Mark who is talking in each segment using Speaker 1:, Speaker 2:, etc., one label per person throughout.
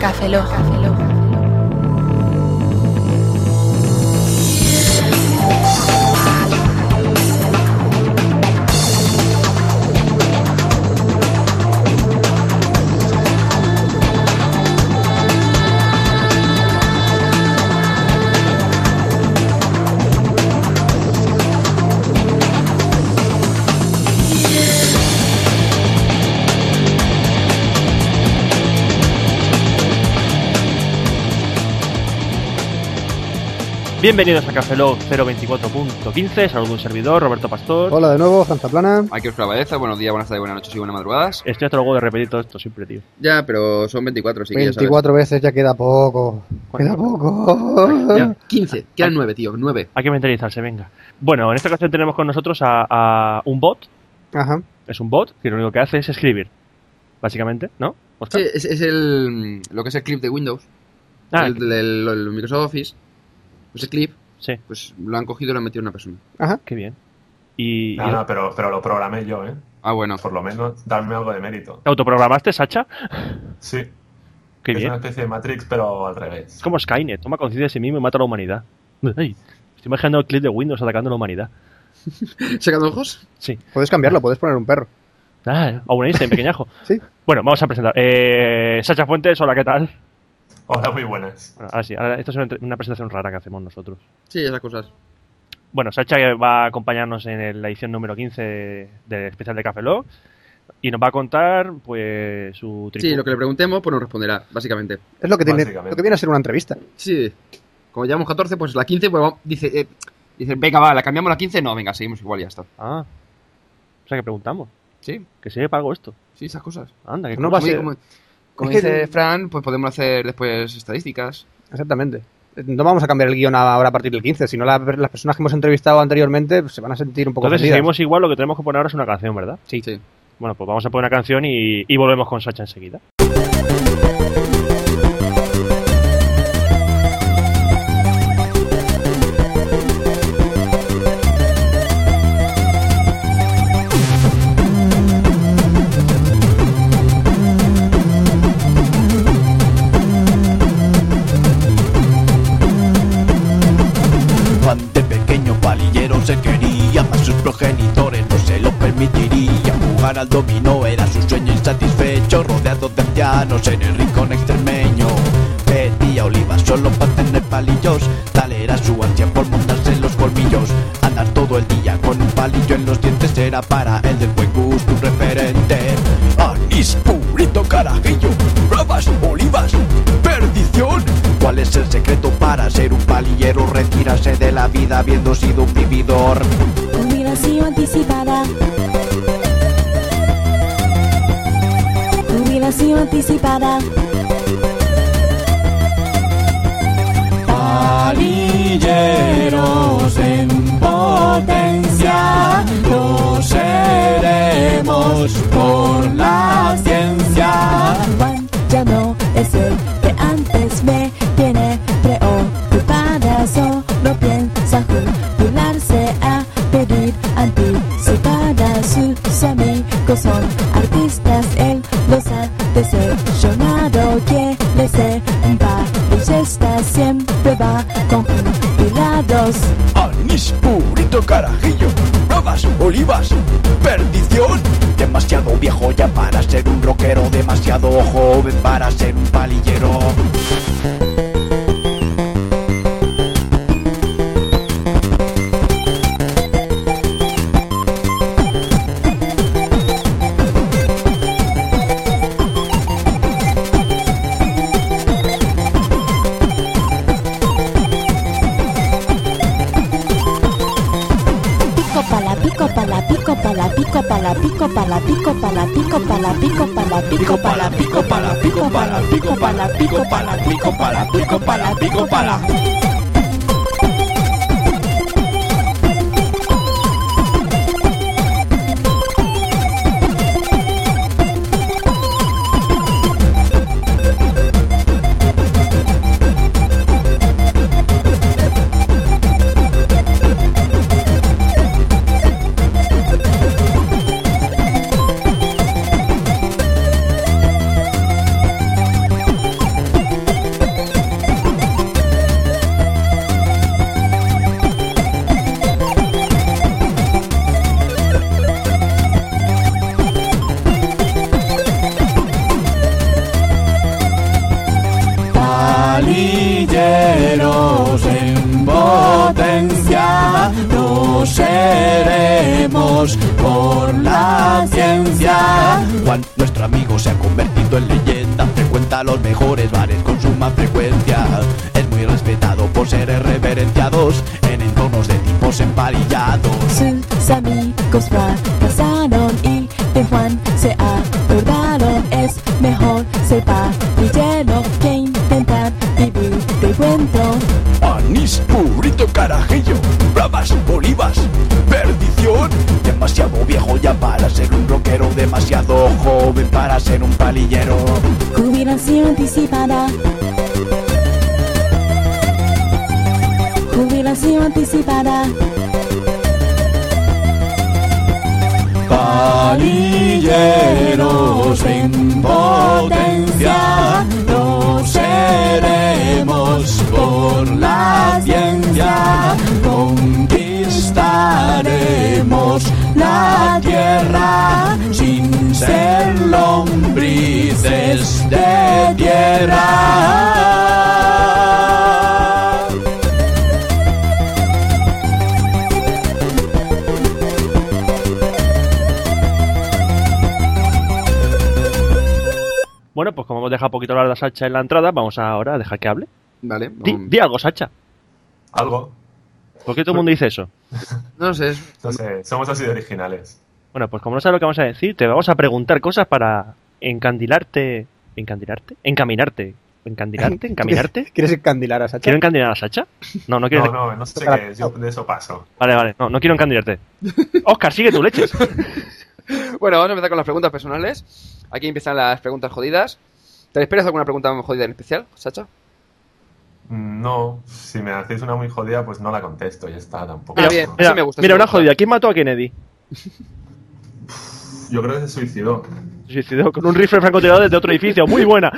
Speaker 1: Café Lock. Café Lock.
Speaker 2: Bienvenidos a Cafelog 024.15, saludo un servidor, Roberto Pastor.
Speaker 3: Hola de nuevo, Franza Plana.
Speaker 4: Aquí os Baeza, buenos días, buenas tardes, buenas noches y buenas madrugadas.
Speaker 2: Estoy hasta luego de repetir todo esto siempre, tío.
Speaker 4: Ya, Ah, pero son 24, sí.
Speaker 3: 24 veces ya queda poco.
Speaker 2: ¿Cuánto?
Speaker 3: Queda poco.
Speaker 4: Ya. 15, quedan 9, tío, 9.
Speaker 2: Hay que mentalizarse, venga. Bueno, en esta ocasión tenemos con nosotros a, a un bot,
Speaker 3: Ajá.
Speaker 2: es un bot, que lo único que hace es escribir, básicamente, ¿no? Óscar?
Speaker 4: Sí, es, es el, mm, lo que es el clip de Windows,
Speaker 2: Ah,
Speaker 4: el del el Microsoft Office. Ese clip,
Speaker 2: sí,
Speaker 4: pues lo han cogido y lo han metido en una persona.
Speaker 3: Ajá.
Speaker 2: qué bien. Y, y-
Speaker 5: No, no, pero, pero lo programé yo, ¿eh?
Speaker 4: Ah, bueno.
Speaker 5: Por lo menos darme algo de mérito.
Speaker 2: ¿te autoprogramaste, Sacha?
Speaker 5: Sí,
Speaker 2: Qué
Speaker 5: es
Speaker 2: bien.
Speaker 5: una especie de Matrix, pero al revés.
Speaker 2: Es como Skynet, toma conciencia de sí mismo y mata a la humanidad. Ay, estoy imaginando el clip de Windows atacando a la humanidad.
Speaker 4: ¿Sacando ojos?
Speaker 2: Sí.
Speaker 3: Puedes cambiarlo, puedes poner un perro.
Speaker 2: Ah, a un Einstein pequeñajo.
Speaker 3: Sí.
Speaker 2: Bueno, vamos a presentar. Eh, Sacha Fuentes, hola, ¿qué tal?
Speaker 5: Hola, muy buenas.
Speaker 2: Bueno, ahora sí, ahora esta es una, entre- una presentación rara que hacemos nosotros.
Speaker 4: Sí, esas cosas.
Speaker 2: Bueno, Sacha que va a acompañarnos en el- la edición número 15 del especial de Café Lock y nos va a contar pues su
Speaker 4: Sí,
Speaker 2: tribu.
Speaker 4: lo que le preguntemos, pues nos responderá, básicamente.
Speaker 3: Es lo que tiene,
Speaker 5: Básicamente.
Speaker 3: lo que viene a ser una entrevista.
Speaker 4: Sí. Como llevamos 14, pues la 15, pues vamos- dice, eh, dice, venga, va, la cambiamos a la 15. No, venga, seguimos igual, ya está.
Speaker 2: Ah, o sea que preguntamos,
Speaker 4: Sí,
Speaker 2: que si le pago esto.
Speaker 4: sí, esas cosas.
Speaker 2: Anda, que
Speaker 3: No va a
Speaker 4: Como-
Speaker 3: ser-
Speaker 4: Como, como
Speaker 3: es que-
Speaker 4: dice Fran, pues podemos hacer después estadísticas.
Speaker 3: Exactamente. No vamos a cambiar el guión ahora a partir del 15, sino la- las personas que hemos entrevistado anteriormente pues, se van a sentir un poco
Speaker 2: Entonces, si
Speaker 3: ofendidas.
Speaker 2: seguimos igual, lo que tenemos que poner ahora es una canción, ¿verdad?
Speaker 4: Sí.
Speaker 2: Bueno, pues vamos a poner una canción y, y volvemos con Sacha enseguida.
Speaker 6: Juan de pequeño palillero se quería, mas sus progenitores no se lo permitirían. Jugar al dominó era su sueño insatisfecho, rodeado de ancianos en el rincón extremeño. Pedía olivas solo para tener palillos, tal era su ansia por montarse en los colmillos. Andar todo el día con un palillo en los dientes era para el de buen gusto un referente. Anís, purito, carajillo, bravas, olivas, perdición. ¿Cuál es el secreto para ser un palillero? Retirarse de la vida habiendo sido un vividor.
Speaker 7: Jubilación anticipada. Jubilación anticipada.
Speaker 6: Palilleros en potencia, lo seremos por la ciencia.
Speaker 7: Juan ya no es el que antes me tiene preocupada. Solo piensa jubilarse a pedir anticipada. Sus amigos son artistas, él los ha decepcionado. Quiere ser un parillista, siempre va con jubilados.
Speaker 6: Anís, purito, carajillo, bravas, olivas, perdición. Demasiado viejo ya para ser un rockero, demasiado joven para ser un palillero.
Speaker 7: pico pala pico pala pico pala pico pala pico pala pico pala pico pala pico pala pico pala pico pala pico pala pico pala pico pala pico pala pico pala pico pala
Speaker 6: Preocupaos por la ciencia. Juan, nuestro amigo, se ha convertido en leyenda. Frecuenta los mejores bares con suma frecuencia. Es muy respetado por ser reverenciados en entornos de tipos empalillados.
Speaker 7: Sus amigos pasaron y de Juan se acordaron. Es mejor ser papillero que intentar vivir de cuento.
Speaker 6: Anís, purito, carajillo, bravas, olivas, perdición. Demasiado viejo ya para ser un rockero, demasiado joven para ser un palillero.
Speaker 7: Jubilación anticipada. Jubilación anticipada.
Speaker 6: Palilleros en potencia, no seremos por la ciencia, conquistaremos la tierra sin ser lombrices de tierra.
Speaker 2: Bueno, pues como hemos dejado poquito hablar a Sacha en la entrada, vamos ahora a dejar que hable.
Speaker 4: Vale.
Speaker 2: Di,
Speaker 4: vamos. Pues
Speaker 2: di algo, Sacha.
Speaker 5: Algo.
Speaker 2: ¿Por qué todo el mundo dice eso?
Speaker 4: No sé. es-
Speaker 5: No sé, somos así de originales.
Speaker 2: Bueno, pues como no sabes lo que vamos a decir, te vamos a preguntar cosas para encandilarte. ¿Encandilarte? Encaminarte. ¿Encandilarte? ¿Encaminarte?
Speaker 3: ¿Quieres encandilar a Sacha?
Speaker 2: ¿Quiero encandilar a Sacha? No, no quiero.
Speaker 5: No, no, no sé qué es, yo de eso paso.
Speaker 2: Vale, vale, no, no quiero encandilarte. Oscar, sigue tu leches.
Speaker 4: Bueno, vamos a empezar con las preguntas personales. Aquí empiezan las preguntas jodidas. ¿Te esperas alguna pregunta jodida en especial, Sacha?
Speaker 5: No, si me hacéis una muy jodida, pues no la contesto, ya está, tampoco.
Speaker 4: Ah, bien.
Speaker 2: Mira,
Speaker 4: me gusta, sí
Speaker 2: mira
Speaker 4: me
Speaker 2: una
Speaker 4: gusta.
Speaker 2: jodida. ¿Quién mató a Kennedy?
Speaker 5: Yo creo que se suicidó.
Speaker 2: Se suicidó con un rifle francotirador desde otro edificio. Muy buena.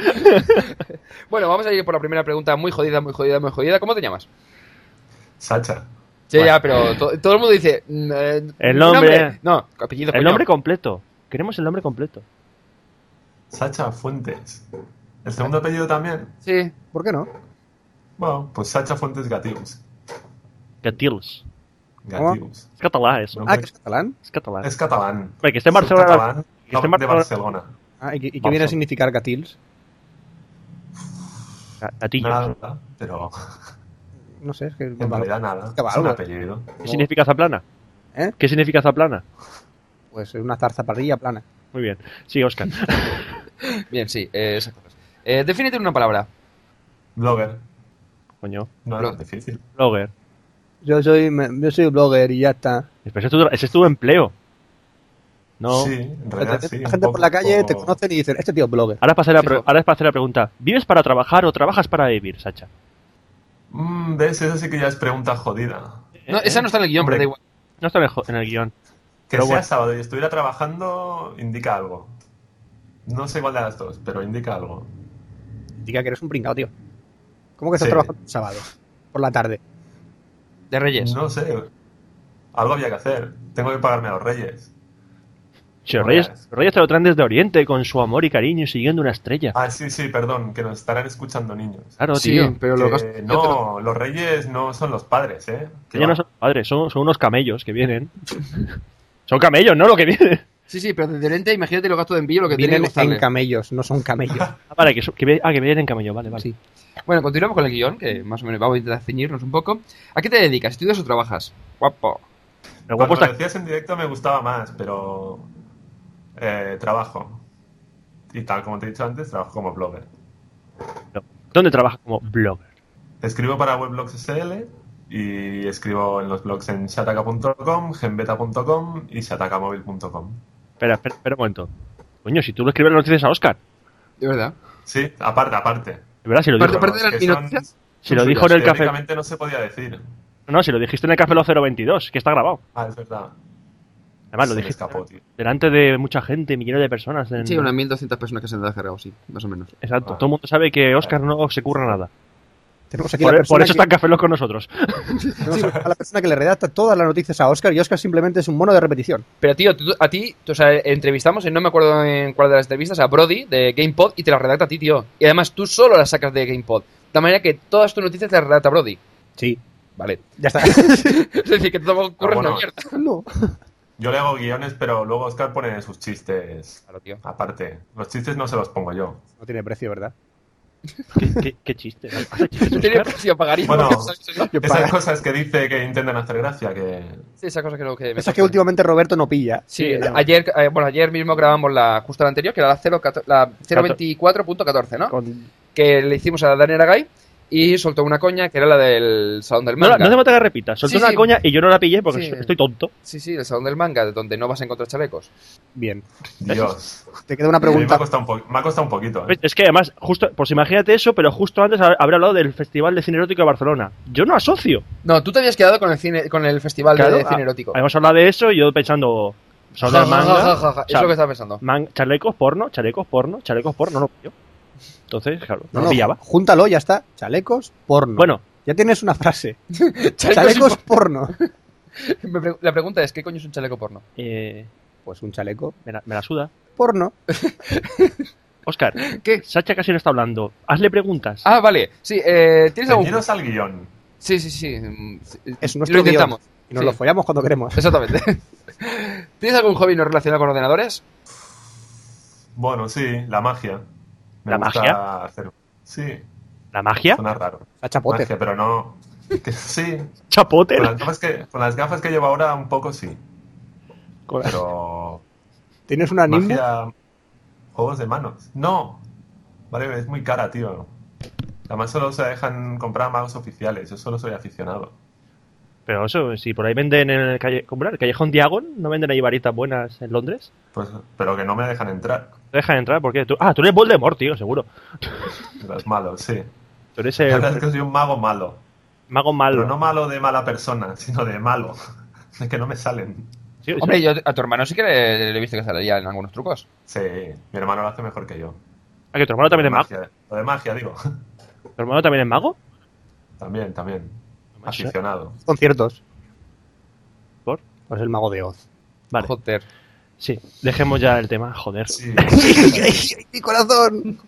Speaker 4: Bueno, vamos a ir por la primera pregunta muy jodida, muy jodida, muy jodida. ¿Cómo te llamas?
Speaker 5: Sacha.
Speaker 4: Sí,
Speaker 5: Bueno.
Speaker 4: ya, pero to- todo el mundo dice. mm, eh,
Speaker 2: El nombre.
Speaker 4: No, apellido.
Speaker 2: El
Speaker 4: coño.
Speaker 2: nombre completo. Queremos el nombre completo.
Speaker 5: Sacha Fuentes. ¿El segundo apellido también?
Speaker 4: Sí.
Speaker 3: ¿Por qué no?
Speaker 5: Bueno, pues Sacha Fuentes Gatius.
Speaker 2: Gatils.
Speaker 5: Gatius.
Speaker 2: Es catalá eso.
Speaker 5: No.
Speaker 3: Ah, que es catalán.
Speaker 2: Es catalán.
Speaker 5: Es catalán.
Speaker 2: Hombre, que esté en
Speaker 5: Es un
Speaker 2: Barcelona.
Speaker 5: catalán
Speaker 2: que esté en
Speaker 5: de
Speaker 2: Barcelona.
Speaker 5: Barcelona.
Speaker 3: Ah, ¿Y, qué- y qué
Speaker 2: Vamos
Speaker 3: viene
Speaker 2: a-
Speaker 3: a significar Gatils?
Speaker 2: Ga- Gatillos.
Speaker 5: Nada, pero
Speaker 3: No sé, es que...
Speaker 5: en realidad nada.
Speaker 3: Caballo.
Speaker 5: Es un apellido.
Speaker 2: ¿Qué significa zaplana?
Speaker 3: ¿Eh?
Speaker 2: ¿Qué significa zaplana?
Speaker 3: Pues es una zarzaparrilla plana.
Speaker 2: Muy bien. Sí, Oscar.
Speaker 4: Bien, sí, eh, esas cosas. Eh, defínete en una palabra.
Speaker 5: Blogger.
Speaker 2: Coño.
Speaker 5: No
Speaker 4: Blog.
Speaker 5: es difícil.
Speaker 2: Blogger.
Speaker 3: Yo soy, me- yo soy blogger y ya está.
Speaker 2: Pero ese es tu, ese es tu empleo. No.
Speaker 5: Sí, en
Speaker 3: la
Speaker 5: realidad sí. un
Speaker 3: gente por la
Speaker 5: poco-
Speaker 3: calle te conocen y dicen, este tío es blogger.
Speaker 2: Ahora es, para hacer la pre-
Speaker 4: Fijo.
Speaker 2: ahora es para hacer la pregunta. ¿Vives para trabajar o trabajas para vivir, Sacha?
Speaker 5: Mm, ¿Ves? Eso sí que ya es pregunta jodida.
Speaker 2: Eh,
Speaker 4: No, esa no está en el guión,
Speaker 5: Hombre.
Speaker 4: pero da igual.
Speaker 2: No está en el, jo- en el guión.
Speaker 5: Que
Speaker 2: Pero
Speaker 5: sea
Speaker 2: bueno.
Speaker 5: sábado y estuviera trabajando indica algo. No sé cuál de las dos, pero indica algo.
Speaker 3: Diga que eres un pringado, tío. ¿Cómo que estás
Speaker 5: Sí.
Speaker 3: trabajando un sábado? Por la tarde.
Speaker 4: De Reyes.
Speaker 5: No sé. Algo había que hacer. Tengo que pagarme a los reyes.
Speaker 2: Si los
Speaker 5: Hola.
Speaker 2: reyes, los reyes te lo traen desde Oriente con su amor y cariño siguiendo una estrella.
Speaker 5: Ah, sí, sí, perdón, que nos estarán escuchando niños.
Speaker 2: Claro,
Speaker 4: sí,
Speaker 2: tío.
Speaker 4: pero
Speaker 5: Que
Speaker 4: lo gasto- yo te lo-
Speaker 5: no, los reyes no son los padres, ¿eh? Que
Speaker 2: Ya
Speaker 5: va.
Speaker 2: no son padres, son, son unos camellos que vienen. son camellos, ¿no? Lo que vienen.
Speaker 4: Sí, sí, pero desde Lente, imagínate los gastos de envío, lo que tiene
Speaker 3: Vienen
Speaker 4: que
Speaker 3: en
Speaker 4: costarle.
Speaker 3: camellos, no son camellos.
Speaker 2: Ah, vale, que, son- que vi- ah, que vienen en camello, vale, vale.
Speaker 3: Sí.
Speaker 4: Bueno, continuamos con el guión, que más o menos vamos a intentar ceñirnos un poco. ¿A qué te dedicas? ¿Estudias o trabajas? Guapo.
Speaker 2: El guapo
Speaker 5: Cuando
Speaker 2: está-
Speaker 5: lo decías en directo me gustaba más, pero eh, trabajo. Y tal como te he dicho antes, trabajo como blogger.
Speaker 2: ¿Dónde trabaja como blogger?
Speaker 5: Escribo para Weblogs SL y escribo en los blogs en shataka.com, genbeta.com y shatakamobile.com.
Speaker 2: Espera, espera, espera un momento. Coño, si tú lo escribes, lo dices a Oscar.
Speaker 4: De verdad.
Speaker 5: Sí, aparte, aparte.
Speaker 2: De verdad, si lo,
Speaker 4: Parte-
Speaker 2: dijo,
Speaker 5: Pero
Speaker 4: parte de
Speaker 5: es
Speaker 4: las
Speaker 5: que son-
Speaker 4: minoticias.
Speaker 2: si lo
Speaker 4: son
Speaker 2: dijo en el café.
Speaker 5: Teóricamente no se podía decir.
Speaker 2: No, si lo dijiste en el café Lo 022, que está grabado.
Speaker 5: Ah, es verdad.
Speaker 2: Además,
Speaker 5: Se
Speaker 2: lo
Speaker 5: me
Speaker 2: dijiste
Speaker 5: escapó, tío.
Speaker 2: delante de mucha gente, millones de personas. en-
Speaker 4: Sí, unas 1200 personas que se han descargado, sí, más o menos.
Speaker 2: Exacto,
Speaker 5: Ah.
Speaker 2: todo el mundo sabe que Oscar no se curra nada.
Speaker 3: Tenemos aquí
Speaker 2: Por, e-
Speaker 3: la
Speaker 2: por
Speaker 3: persona
Speaker 2: eso
Speaker 3: que-
Speaker 2: está en Café Lock con nosotros.
Speaker 3: tenemos a la persona que le redacta todas las noticias a Oscar y Oscar simplemente es un mono de repetición.
Speaker 4: Pero, tío, tú- a ti, tú, o sea, entrevistamos, en- no me acuerdo en cuál de las entrevistas, a Brody de GamePod y te las redacta a ti, tío. Y además tú solo las sacas de GamePod. De tal manera que todas tus noticias te las redacta Brody.
Speaker 3: Sí.
Speaker 4: Vale.
Speaker 3: Ya está.
Speaker 4: es decir, que todo ocurre
Speaker 5: Ah, bueno.
Speaker 4: una mierda.
Speaker 3: no.
Speaker 5: Yo le hago guiones, pero luego Oscar pone sus chistes
Speaker 4: Claro, tío.
Speaker 5: aparte. Los chistes no se los pongo yo.
Speaker 3: No tiene precio, ¿verdad?
Speaker 2: ¿Qué, qué- qué chiste? ¿Hace chistes,
Speaker 4: Tiene
Speaker 2: Óscar?
Speaker 4: precio pagaría.
Speaker 5: Bueno.
Speaker 3: Que
Speaker 5: Esas
Speaker 3: paga.
Speaker 5: cosas que dice que intentan hacer gracia, que
Speaker 4: Sí, esa cosa creo que... me
Speaker 3: Eso es que
Speaker 4: sorprende.
Speaker 3: últimamente Roberto no pilla.
Speaker 4: Sí,
Speaker 3: Eh,
Speaker 4: ayer, eh, bueno, ayer mismo grabamos la justo la anterior, que era la 0.14 la 024.14, ¿no?
Speaker 2: Con-
Speaker 4: Que le hicimos a Daniel Agai y soltó una coña que era la del Salón del
Speaker 2: No,
Speaker 4: Manga.
Speaker 2: no hace falta que repitas. Soltó
Speaker 4: Sí,
Speaker 2: una
Speaker 4: sí.
Speaker 2: coña y yo no la pillé porque
Speaker 4: Sí.
Speaker 2: estoy tonto.
Speaker 4: Sí, sí, el Salón del Manga, donde no vas a encontrar chalecos.
Speaker 3: Bien.
Speaker 5: Dios.
Speaker 3: Te queda una
Speaker 5: A mí me ha
Speaker 3: pregunta.
Speaker 5: costado un, po- me ha costado un poquito. ¿eh?
Speaker 2: Es que además, justo, pues imagínate eso, pero justo antes ha- habrá hablado del Festival de Cine Erótico de Barcelona. Yo no asocio.
Speaker 4: No, tú te habías quedado con el cine, con el festival de
Speaker 2: Claro,
Speaker 4: cine
Speaker 2: ah,
Speaker 4: erótico.
Speaker 2: Habíamos hablado de eso y yo pensando. Salón
Speaker 4: Ja,
Speaker 2: del
Speaker 4: ja,
Speaker 2: manga.
Speaker 4: ja, ja, ja,
Speaker 2: o
Speaker 4: Es
Speaker 2: sea,
Speaker 4: lo que estaba pensando.
Speaker 2: man- chalecos porno, chalecos porno, chalecos porno, no lo pillo. Entonces, claro, no, lo pillaba.
Speaker 3: júntalo, ya está. Chalecos, porno.
Speaker 2: Bueno,
Speaker 3: Ya tienes una frase.
Speaker 4: Chalecos y
Speaker 3: Chalecos, porno.
Speaker 4: por- Me pre- La pregunta es, ¿qué coño es un chaleco porno?
Speaker 2: eh,
Speaker 3: Pues un chaleco,
Speaker 2: me, la, me la suda.
Speaker 3: porno.
Speaker 2: Oscar,
Speaker 4: ¿Qué?
Speaker 2: Sacha casi no está hablando. Hazle preguntas.
Speaker 4: Ah, vale. Sí, eh, ¿tienes algún...?
Speaker 5: Ceñiros al guión.
Speaker 4: Sí, sí, sí. mm,
Speaker 3: Es
Speaker 4: lo
Speaker 3: nuestro
Speaker 4: intentamos.
Speaker 3: guión. Y nos
Speaker 4: Sí.
Speaker 3: lo follamos cuando queremos.
Speaker 4: Exactamente. ¿Tienes algún hobby no relacionado con ordenadores?
Speaker 5: Bueno, sí, la magia. Me
Speaker 2: ¿La
Speaker 5: gusta
Speaker 2: magia?
Speaker 5: hacer- Sí,
Speaker 2: ¿La magia?
Speaker 5: suena raro.
Speaker 3: Sacha Potter.
Speaker 5: Magia, pero no. que sí,
Speaker 2: ¿Chapote?
Speaker 5: con las, gafas que, con las gafas que llevo ahora, un poco sí.
Speaker 3: Con-
Speaker 5: Pero.
Speaker 3: ¿Tienes una nimbus?
Speaker 5: Magia. Juegos de manos. No. Vale, es muy cara, tío. Además, solo se dejan comprar magos oficiales. Yo solo soy aficionado.
Speaker 2: Pero eso, si por ahí venden en el, calle, ¿cómo era? ¿El callejón Diagon, ¿no venden ahí varitas buenas en Londres?
Speaker 5: Pues, pero que no me dejan entrar.
Speaker 2: Te dejan entrar porque tú... Ah, tú eres Voldemort, tío, seguro.
Speaker 5: Los malos, sí.
Speaker 2: Tú eres
Speaker 5: La
Speaker 2: el
Speaker 5: verdad es que soy un mago malo.
Speaker 2: mago malo.
Speaker 5: Pero no malo de mala persona, sino de malo. Es que no me salen.
Speaker 2: Sí, sí.
Speaker 4: Hombre, yo a tu hermano sí que le, le he visto que salía en algunos trucos.
Speaker 5: Sí, mi hermano lo hace mejor que yo.
Speaker 2: Ah, que tu hermano también es mago.
Speaker 5: Magia. Lo de magia, digo.
Speaker 2: ¿Tu hermano también es mago?
Speaker 5: También, también.
Speaker 2: macho.
Speaker 5: Aficionado.
Speaker 3: Conciertos.
Speaker 2: ¿Por?
Speaker 3: Pues el mago de Oz.
Speaker 2: Vale.
Speaker 4: Joder.
Speaker 2: Sí, dejemos ya el tema, joder.
Speaker 5: Sí.
Speaker 3: ¡Mi corazón!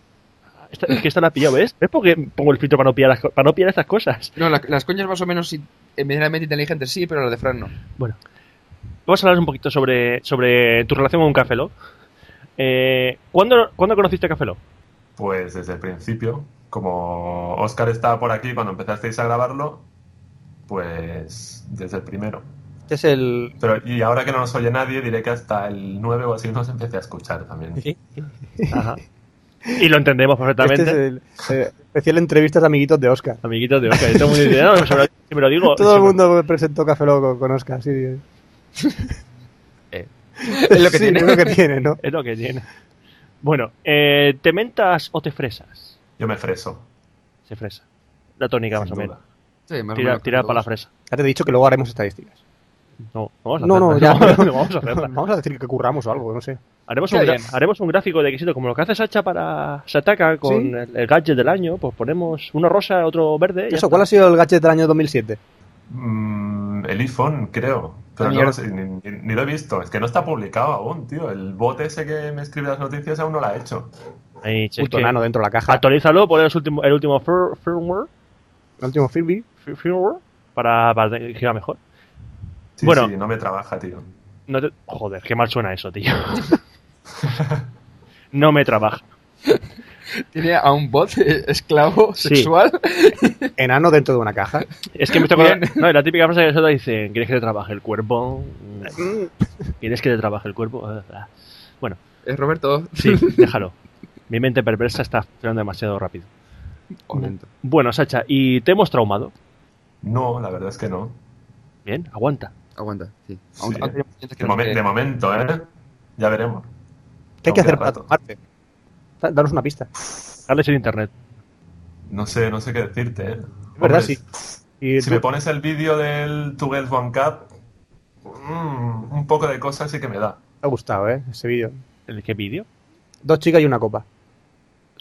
Speaker 2: Ah, Esta- es que esta la ha pillado, ¿ves? ¿Ves por qué pongo el filtro para no pillar, las co- para no pillar estas cosas?
Speaker 4: No, la- las coñas más o menos sí, eh, medianamente inteligentes sí, pero las de Fran no.
Speaker 2: Bueno, vamos a hablar un poquito sobre, sobre tu relación con Café Lock. Eh, ¿cuándo, ¿Cuándo conociste a Café Lock?
Speaker 5: Pues desde el principio, como Oscar estaba por aquí cuando empezasteis a grabarlo, pues desde el primero.
Speaker 3: Este es el.
Speaker 5: Pero, y ahora que no nos oye nadie, diré que hasta el 9 o así nos empecé a escuchar también.
Speaker 2: Ajá. Y lo entendemos perfectamente.
Speaker 3: Este es el eh, especial entrevistas de amiguitos de Oscar.
Speaker 2: Amiguitos de Oscar, todo el mundo dice, "No, sobre- si me lo digo.
Speaker 3: Todo el
Speaker 2: si me-
Speaker 3: mundo presentó Café Loco con Oscar, sí.
Speaker 4: Eh, es lo que
Speaker 3: Sí,
Speaker 4: tiene.
Speaker 3: Es lo que tiene, ¿no?
Speaker 2: Es lo que tiene. Bueno, eh, ¿te mentas o te fresas?
Speaker 5: Yo me freso.
Speaker 2: Se fresa. La tónica,
Speaker 5: sin
Speaker 2: más o menos.
Speaker 5: duda.
Speaker 4: Sí, más o
Speaker 2: Tira,
Speaker 4: menos
Speaker 2: tira
Speaker 4: como
Speaker 2: para la
Speaker 4: todos.
Speaker 2: fresa.
Speaker 3: Ya te he dicho que luego haremos estadísticas.
Speaker 2: No, no vamos a
Speaker 3: No, no, ya.
Speaker 2: hacerla. No, no vamos a hacerla.
Speaker 3: Vamos a decir que curramos o algo, no sé.
Speaker 2: Haremos
Speaker 4: Qué
Speaker 2: un, gra-
Speaker 4: bien.
Speaker 2: haremos un gráfico de éxito, como lo que hace Sacha para se ataca con
Speaker 3: Sí.
Speaker 2: el, el gadget del año, pues ponemos uno rosa, otro verde. y ya
Speaker 3: Eso, ¿cuál ha
Speaker 2: está.
Speaker 3: sido el gadget del año 2007?
Speaker 5: Mm, el iPhone, creo. Pero
Speaker 4: Ah,
Speaker 5: no
Speaker 4: mierda.
Speaker 5: lo sé, ni, ni- ni lo he visto. Es que no está publicado aún, tío. El bot ese que me escribe las noticias aún no lo ha hecho.
Speaker 2: Ahí, che,
Speaker 3: Puto
Speaker 2: es que-
Speaker 3: nano dentro de la caja.
Speaker 2: Actualízalo, pon el último, el último fir- firmware,
Speaker 3: El último Frisbee.
Speaker 2: fir- firmware para, para que gira mejor.
Speaker 5: Sí,
Speaker 2: Bueno.
Speaker 5: sí, no me trabaja, tío.
Speaker 2: No te- Joder, qué mal suena eso, tío. no me trabaja.
Speaker 4: Tiene a un bot eh, esclavo
Speaker 2: Sí.
Speaker 4: sexual.
Speaker 3: Enano dentro de una caja.
Speaker 2: Es que me toca. No, es la típica frase que te dicen: ¿Quieres que te trabaje el cuerpo? ¿Quieres que te trabaje el cuerpo? Ah, Bueno,
Speaker 4: Es Eh, Roberto.
Speaker 2: sí, déjalo. Mi mente perversa está funcionando demasiado rápido. Bueno, Sacha, ¿y te hemos traumado?
Speaker 5: No, la verdad es que no.
Speaker 2: Bien, aguanta.
Speaker 4: Aguanta, sí.
Speaker 5: Sí.
Speaker 4: Aún- aún tenemos clientes que
Speaker 5: De,
Speaker 4: nos
Speaker 5: momen-
Speaker 4: creen.
Speaker 5: de momento, ¿eh? Ya veremos.
Speaker 3: ¿Qué hay que
Speaker 5: Aunque
Speaker 3: hacer
Speaker 5: al
Speaker 3: para
Speaker 5: rato.
Speaker 3: tomarte? Da- Danos una pista.
Speaker 2: Dale sin internet.
Speaker 5: No sé, no sé qué decirte, ¿eh?
Speaker 3: Es verdad,
Speaker 5: Hombre,
Speaker 3: sí. Y
Speaker 5: Si
Speaker 3: tú-
Speaker 5: me pones el vídeo del Two Girls One Cup, mm, un poco de cosas sí que me da.
Speaker 3: te ha gustado, ¿eh? Ese vídeo.
Speaker 2: ¿El qué vídeo?
Speaker 3: Dos chicas y una copa.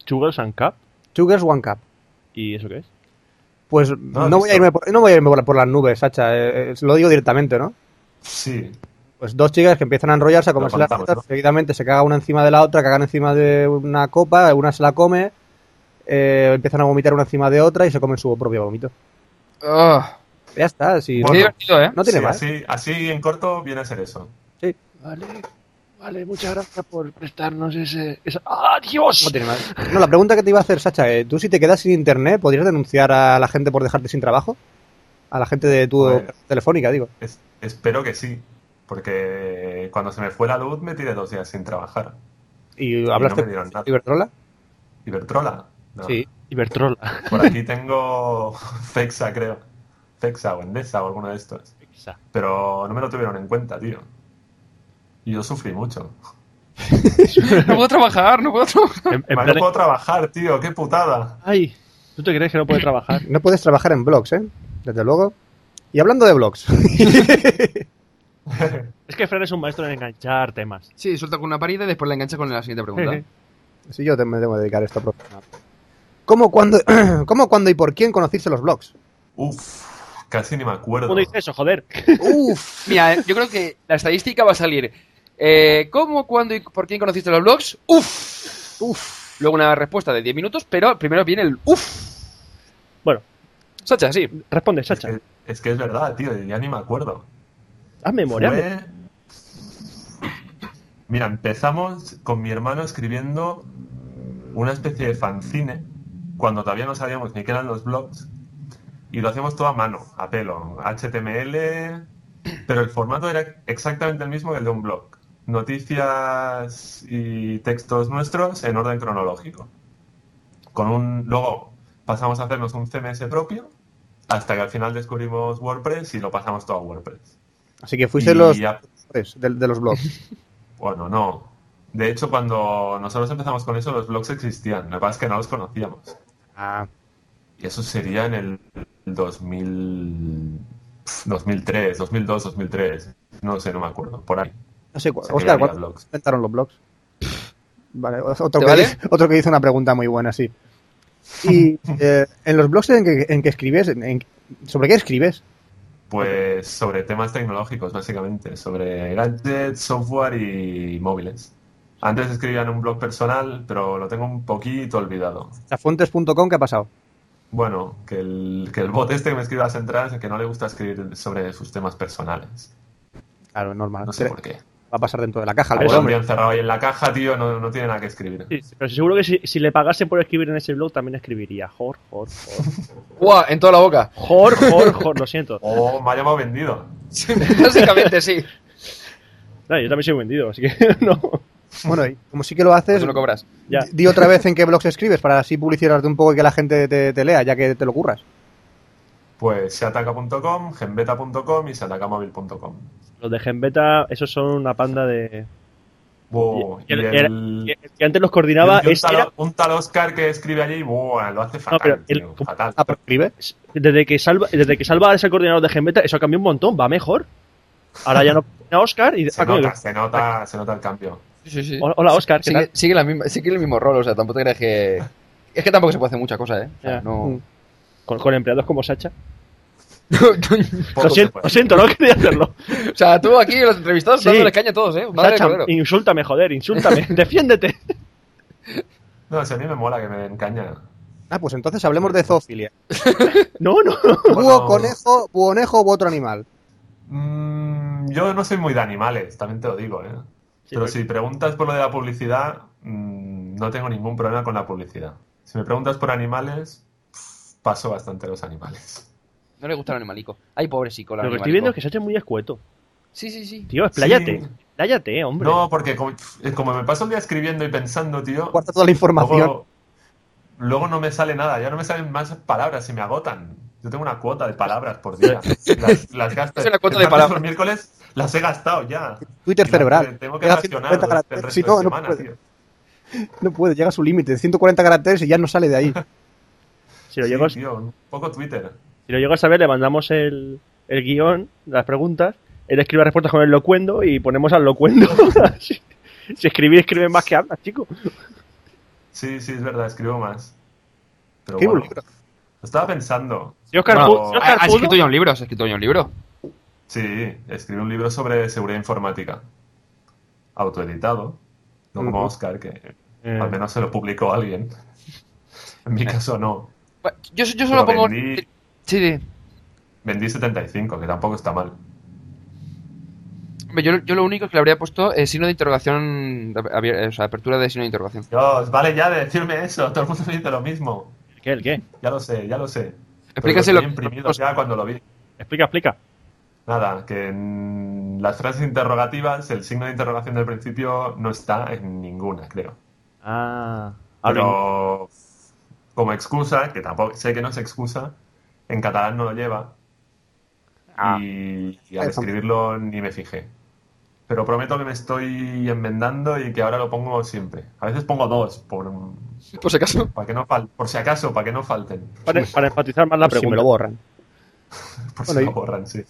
Speaker 2: Chugos and Cup.
Speaker 3: Two girls, one cup.
Speaker 2: ¿Y eso qué es?
Speaker 3: Pues
Speaker 5: lo
Speaker 3: no,
Speaker 5: has
Speaker 3: voy a
Speaker 5: visto.
Speaker 3: irme por, no voy a irme por, la- por las nubes, Sacha. eh, eh, lo digo directamente, ¿no?
Speaker 5: Sí,
Speaker 3: Pues dos chicas que empiezan a enrollarse, a comerse las
Speaker 5: contamos,
Speaker 3: tetas,
Speaker 5: ¿no?
Speaker 3: seguidamente se caga una encima de la otra, cagan encima de una copa, una se la come, eh, empiezan a vomitar una encima de otra y se comen su propio vómito.
Speaker 4: Ah,
Speaker 3: Ya está, si
Speaker 4: Qué
Speaker 5: Bueno.
Speaker 4: divertido, ¿eh?
Speaker 3: no tiene
Speaker 5: Sí,
Speaker 3: más.
Speaker 5: Así, así en corto viene a ser eso.
Speaker 3: Sí,
Speaker 2: Vale, vale, muchas gracias por prestarnos ese. esa- ¡Ah, Dios!
Speaker 3: No tiene más. No, la pregunta que te iba a hacer, Sacha, eh, tú si te quedas sin internet, ¿podrías denunciar a la gente por dejarte sin trabajo? A la gente de tu
Speaker 5: Bueno.
Speaker 3: operación telefónica, digo.
Speaker 5: Es- espero que sí, porque cuando se me fue la luz me tiré dos días sin trabajar.
Speaker 3: ¿Y hablaste
Speaker 5: no me dieron
Speaker 3: con
Speaker 5: nada.
Speaker 3: Iberdrola?
Speaker 5: Iberdrola. No.
Speaker 3: Sí.
Speaker 2: Ibertrol.
Speaker 5: Por aquí tengo Fexa, creo. Fexa o Endesa o alguno de estos. Pero no me lo tuvieron en cuenta, tío. Y yo sufrí mucho.
Speaker 4: No puedo trabajar, no puedo trabajar.
Speaker 2: En, en
Speaker 5: Vale,
Speaker 2: plan-
Speaker 5: no puedo trabajar, tío. Qué putada.
Speaker 2: Ay, ¿tú te crees que no puede trabajar?
Speaker 3: No puedes trabajar en blogs, ¿eh? Desde luego. Y hablando de blogs,
Speaker 2: Es que Fran es un maestro en enganchar temas.
Speaker 4: Sí, suelta con una parida y después la engancha con la siguiente pregunta.
Speaker 3: si yo te- me tengo que dedicar a esto profesional. ¿Cómo, cuándo, ¿Cómo, cuándo y por quién conociste los blogs?
Speaker 5: Uf, casi ni me acuerdo.
Speaker 2: ¿Cómo dice eso, joder?
Speaker 4: Uf, mira, eh, yo creo que la estadística va a salir. Eh, ¿Cómo, cuándo y por quién conociste los blogs? Uf, uf. Luego una respuesta de 10 minutos, pero primero viene el uf.
Speaker 2: Bueno,
Speaker 4: Sacha, sí.
Speaker 2: responde,
Speaker 5: Es
Speaker 2: Sacha.
Speaker 5: que, es que es verdad, tío. Ya ni me acuerdo.
Speaker 2: Haz memoria.
Speaker 5: Fue- Mira, empezamos con mi hermano escribiendo una especie de fanzine cuando todavía no sabíamos ni qué eran los blogs y lo hacíamos todo a mano, a pelo, HTML, pero el formato era exactamente el mismo que el de un blog. Noticias y textos nuestros en orden cronológico. Con un luego pasamos a hacernos un CMS propio hasta que al final descubrimos WordPress y lo pasamos todo a WordPress.
Speaker 3: Así que fuiste
Speaker 5: Y
Speaker 3: los
Speaker 5: ya-
Speaker 3: de, de los blogs.
Speaker 5: Bueno, no. De hecho, cuando nosotros empezamos con eso, los blogs existían. Lo que pasa es que no los conocíamos.
Speaker 3: Ah,
Speaker 5: Y eso sería en el 2000... pf, 2003, 2002, 2003. No sé, no me acuerdo. Por ahí.
Speaker 3: no sé, cu-
Speaker 5: O sea, que
Speaker 3: Oscar,
Speaker 5: había
Speaker 3: ¿cuándo
Speaker 5: blogs.
Speaker 3: inventaron los blogs? Vale, otro
Speaker 4: ¿Te
Speaker 3: que,
Speaker 4: vale?
Speaker 3: dice- otro que hizo una pregunta muy buena, sí. Y eh, en los blogs en que, en que escribes, en- en- ¿sobre qué escribes?
Speaker 5: Pues sobre temas tecnológicos, básicamente. Sobre gadgets, software y móviles. Antes escribía en un blog personal, pero lo tengo un poquito olvidado.
Speaker 3: Chafuentes.com, ¿qué ha pasado?
Speaker 5: Bueno, que el, que el bot este que me escribe las entradas es que no le gusta escribir sobre sus temas personales.
Speaker 3: Claro, normal. eh,
Speaker 5: No sé por qué.
Speaker 3: Va a pasar dentro de la caja, el
Speaker 5: Pero
Speaker 3: pobre
Speaker 5: hombre,
Speaker 3: hombre.
Speaker 5: encerrado ahí en la caja, tío, no, no tiene nada que escribir.
Speaker 2: Sí, pero seguro que si, si le pagasen por escribir en ese blog también escribiría. Jor, jor, jor.
Speaker 4: Buah, en toda la boca.
Speaker 2: Jor, jor, jor, lo siento.
Speaker 5: Oh, me ha llamado vendido.
Speaker 4: Sí, Básicamente sí.
Speaker 2: No, yo también soy vendido, así que no.
Speaker 3: Bueno, y como sí que lo haces,
Speaker 4: Eso Pues lo cobras.
Speaker 2: Ya.
Speaker 3: di otra vez en qué blogs escribes para así publicitarte un poco y que la gente te, te lea, ya que te lo curras.
Speaker 5: Pues seataca.com, genbeta.com y seatacamóvil.com.
Speaker 2: Los de Genbeta, esos son una panda de.
Speaker 5: Buh,
Speaker 2: Y el-
Speaker 5: y
Speaker 2: era-
Speaker 5: el-
Speaker 2: que- que antes los coordinaba.
Speaker 5: y un,
Speaker 2: es-
Speaker 5: tal,
Speaker 2: era-
Speaker 5: un tal Oscar que escribe allí, buah, lo hace fatal,
Speaker 2: pero el-
Speaker 5: tío, fatal.
Speaker 3: Ah, pero escribe.
Speaker 2: desde que salva desde que salva es el coordinador de Genbeta, eso cambió un montón, va mejor. Ahora ya no a Oscar y.
Speaker 5: Se
Speaker 2: ah, coño,
Speaker 5: nota, se nota, se nota el cambio.
Speaker 4: Sí, sí, sí.
Speaker 2: hola- Hola, Oscar, ¿qué
Speaker 4: Sigue,
Speaker 2: tal?
Speaker 4: sigue la misma, sigue el mismo rol, o sea, tampoco te creas que. Es que tampoco se puede hacer mucha cosa, ¿eh? O sea,
Speaker 2: Ya.
Speaker 4: no.
Speaker 2: Con, con empleados como Sacha.
Speaker 5: Poco
Speaker 2: lo,
Speaker 5: se
Speaker 2: siento,
Speaker 5: puede.
Speaker 2: lo siento, no quería hacerlo.
Speaker 4: o sea, tú aquí los entrevistados
Speaker 2: Sí.
Speaker 4: dándoles caña a todos, ¿eh? Madre de
Speaker 2: Sacha,
Speaker 4: cordero.
Speaker 2: insúltame, joder, insúltame. Defiéndete.
Speaker 5: No, si a mí me mola que me den caña.
Speaker 3: Ah, pues entonces hablemos de zoofilia.
Speaker 2: No, no.
Speaker 3: Búho,
Speaker 5: pues, Bueno.
Speaker 3: conejo, buonejo u otro animal.
Speaker 5: Mm, yo no soy muy de animales, también te lo digo, ¿eh? Pero si preguntas por lo de la publicidad, mm, no tengo ningún problema con la publicidad. Si me preguntas por animales, pff, paso bastante los animales.
Speaker 4: No le gusta el animalico. Ay, pobre chico, el
Speaker 2: Lo que
Speaker 4: animalico.
Speaker 2: estoy viendo es que Sacha es muy escueto.
Speaker 4: Sí, sí, sí.
Speaker 2: Tío, expláyate.
Speaker 5: Sí.
Speaker 2: Expláyate, hombre.
Speaker 5: No, porque como, pff, como me paso el día escribiendo y pensando, tío,
Speaker 3: Guarda toda la información.
Speaker 5: luego, luego no me sale nada, ya no me salen más palabras y me agotan. Yo tengo una cuota de palabras por día. Las, las gasto.
Speaker 4: Es una cuota de
Speaker 5: El martes o el
Speaker 4: palabras.
Speaker 5: miércoles las he gastado ya.
Speaker 3: Twitter
Speaker 5: Y las-
Speaker 3: cerebral.
Speaker 5: Tengo que
Speaker 3: Llega a 150
Speaker 5: racionar el
Speaker 3: caracteres.
Speaker 5: resto
Speaker 3: Si
Speaker 5: de
Speaker 3: no, no
Speaker 5: semana,
Speaker 3: puede.
Speaker 5: tío.
Speaker 3: No puede, llega a su límite. 140 caracteres y ya no sale de ahí.
Speaker 2: si, lo
Speaker 5: Sí,
Speaker 2: llego, a-
Speaker 5: tío, un poco Twitter.
Speaker 2: si lo llego a saber, le mandamos el, el guión, las preguntas. Él escribe las respuestas con el locuendo y ponemos al locuendo. si, si escribir, escribe más que hablas, chico.
Speaker 5: Sí, sí, es verdad, escribo más. Pero
Speaker 3: Escribe un
Speaker 5: bueno,
Speaker 3: libro.
Speaker 5: lo estaba pensando.
Speaker 2: Si Oscar,
Speaker 5: Bueno,
Speaker 2: Pu- si
Speaker 5: ¿has
Speaker 4: Ah,
Speaker 2: Oscar
Speaker 4: Has
Speaker 2: Pudo,
Speaker 4: escrito ya un libro, has escrito ya un libro.
Speaker 5: Sí, escribí un libro sobre seguridad informática. Autoeditado. No como
Speaker 3: Ujú.
Speaker 5: Oscar, que
Speaker 2: Eh,
Speaker 5: al menos se lo publicó alguien. En mi caso no.
Speaker 4: Bueno, Yo, yo
Speaker 5: Pero
Speaker 4: solo pongo.
Speaker 5: vendí,
Speaker 4: Sí, sí.
Speaker 5: vendí 75, que tampoco está mal.
Speaker 4: Hombre, Yo, yo lo único es que le habría puesto eh, signo de interrogación, abier- eh, o sea, apertura de signo de interrogación.
Speaker 5: Dios, vale ya de decirme eso. Todo el mundo me dice lo mismo.
Speaker 2: ¿Qué? ¿El qué?
Speaker 5: Ya lo sé, ya lo sé. Pero
Speaker 4: Explícaselo.
Speaker 5: lo tenía imprimido ya cuando lo vi.
Speaker 2: Explica, explica.
Speaker 5: Nada, que en las frases interrogativas, el signo de interrogación del principio no está en ninguna, creo.
Speaker 2: Ah. hablo
Speaker 5: Pero como excusa, que tampoco sé que no es excusa, en catalán no lo lleva.
Speaker 2: Ah.
Speaker 5: Y, y al
Speaker 3: Eso.
Speaker 5: escribirlo ni me fijé. Pero prometo que me estoy enmendando y que ahora lo pongo siempre. A veces pongo dos, por,
Speaker 4: Por si acaso.
Speaker 5: para que no fal- por si acaso, para que no falten.
Speaker 2: Para, para enfatizar más la
Speaker 3: Por si me
Speaker 2: pregunta.
Speaker 3: lo borran.
Speaker 5: Por
Speaker 3: Bueno,
Speaker 5: si
Speaker 3: y-
Speaker 5: lo borran, sí.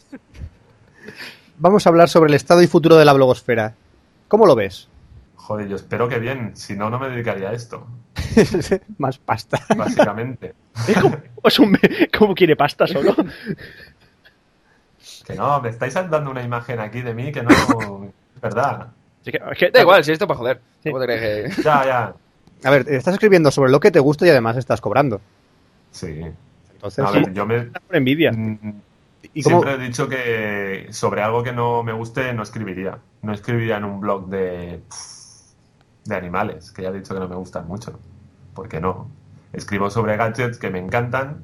Speaker 3: Vamos a hablar sobre el estado y futuro de la blogosfera. ¿Cómo lo ves?
Speaker 5: Joder, yo espero que bien, si no, no me dedicaría a esto,
Speaker 3: Más pasta.
Speaker 5: básicamente.
Speaker 2: Es como, es un, como Pues, quiere pasta solo.
Speaker 5: que no, me estáis dando una imagen aquí de mí que no... es verdad.
Speaker 2: Es que- es que-
Speaker 4: Da igual, si esto para joder.
Speaker 2: Sí.
Speaker 4: ¿Cómo te crees que-
Speaker 5: Ya, ya.
Speaker 3: A ver, estás escribiendo sobre lo que te gusta y además estás cobrando.
Speaker 5: Sí.
Speaker 3: Entonces,
Speaker 5: A ver, yo me...
Speaker 2: Por envidia.
Speaker 5: mm,
Speaker 3: ¿y cómo?
Speaker 5: Siempre he dicho que sobre algo que no me guste no escribiría. No escribiría en un blog de, de animales, que ya he dicho que no me gustan mucho. ¿Por qué no? Escribo sobre gadgets que me encantan,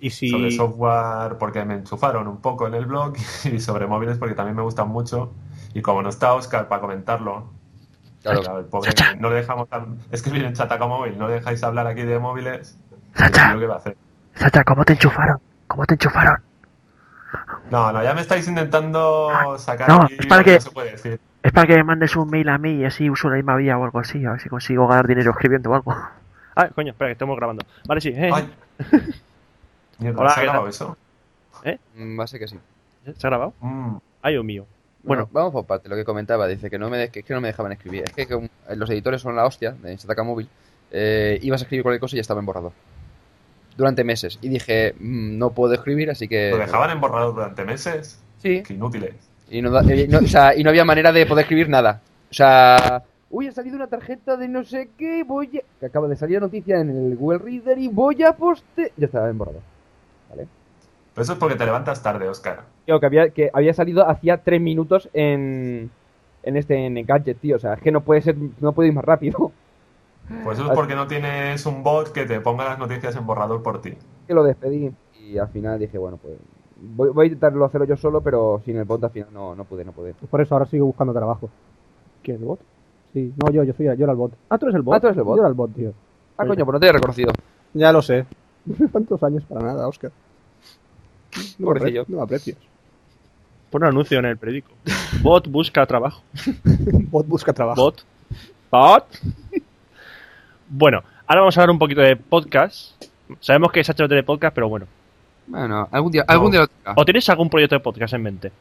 Speaker 3: ¿Y
Speaker 5: sobre
Speaker 3: si,
Speaker 5: software porque me enchufaron un poco en el blog y sobre móviles porque también me gustan mucho. Y como no está Oscar para comentarlo,
Speaker 4: Claro.
Speaker 5: claro, el pobre no le dejamos tan- escribir en Chataca Móvil, no le dejáis hablar aquí de móviles. Yo qué va a hacer.
Speaker 1: Sacha, ¿cómo te enchufaron? ¿Cómo te enchufaron?
Speaker 5: No, no, ya me estáis intentando sacar
Speaker 1: No,
Speaker 5: aquí
Speaker 1: es para
Speaker 5: lo que
Speaker 1: que-
Speaker 5: no se puede decir.
Speaker 1: Es para que me mandes un mail a mí y así uso la misma vía o algo así, a ver si consigo ganar dinero escribiendo o algo.
Speaker 2: Ah, coño, espera, que estamos grabando. Vale, sí. eh,
Speaker 5: Ay. Mierda,
Speaker 2: Hola,
Speaker 5: ¿se ha
Speaker 2: ¿qué
Speaker 5: grabado
Speaker 2: tal?
Speaker 5: eso?
Speaker 4: Mm, Va a ser que sí.
Speaker 2: ¿Se ha grabado?
Speaker 5: Mm,
Speaker 2: Ay, Dios mío.
Speaker 8: Mm.
Speaker 4: Bueno, vamos por parte, lo que comentaba, dice que no me, de- que, que no me dejaban escribir. Es que, que, um, los editores son la hostia de Instagram Móvil. Eh, ibas a escribir cualquier cosa y ya estaba en borrador. Durante meses. Y dije, mm, no puedo escribir, así que.
Speaker 5: ¿Lo dejaban en borrador durante meses?
Speaker 4: Eh, Sí.
Speaker 5: Qué inútiles.
Speaker 4: Y no, da- eh, no- o sea, y no había manera de poder escribir nada. O sea, uy, ha salido una tarjeta de no sé qué, voy a... Que acaba de salir la noticia en el Google Reader y voy a poste... Ya estaba en borrador.
Speaker 5: Pero eso es porque te levantas tarde, Oscar.
Speaker 8: Tío, que había, que había salido hacía tres minutos en, en este en el gadget, tío. O sea, es que no puede ser, no puede ir más rápido.
Speaker 5: Pues eso es porque no tienes un bot que te ponga las noticias en borrador por ti.
Speaker 8: Que lo despedí. Y al final dije, bueno, pues voy, voy a intentarlo hacerlo yo solo, pero sin el bot al final no, no pude, no pude.
Speaker 9: Pues por eso ahora sigo buscando trabajo.
Speaker 2: ¿Qué es el bot?
Speaker 9: Sí, no, yo, yo, soy, yo era el bot.
Speaker 2: Ah, tú eres el
Speaker 8: Ah,
Speaker 2: bot.
Speaker 8: tú eres el
Speaker 9: Yo
Speaker 8: bot.
Speaker 9: era el bot, tío.
Speaker 4: Ah, coño, pues no te he reconocido.
Speaker 3: ya lo sé.
Speaker 9: Tantos años para nada, Oscar.
Speaker 3: No me apre-
Speaker 4: Pobrecillo.
Speaker 3: no me aprecias.
Speaker 2: Pon un anuncio en el periódico. Bot busca trabajo.
Speaker 3: Bot busca trabajo.
Speaker 2: Bot. Bot. Bueno, ahora vamos a hablar un poquito de podcast. Sabemos que Sacha no tiene podcast, pero bueno.
Speaker 4: Bueno, algún día, algún
Speaker 5: No.
Speaker 4: día lo tendrá.
Speaker 2: ¿O tienes algún proyecto de podcast en mente?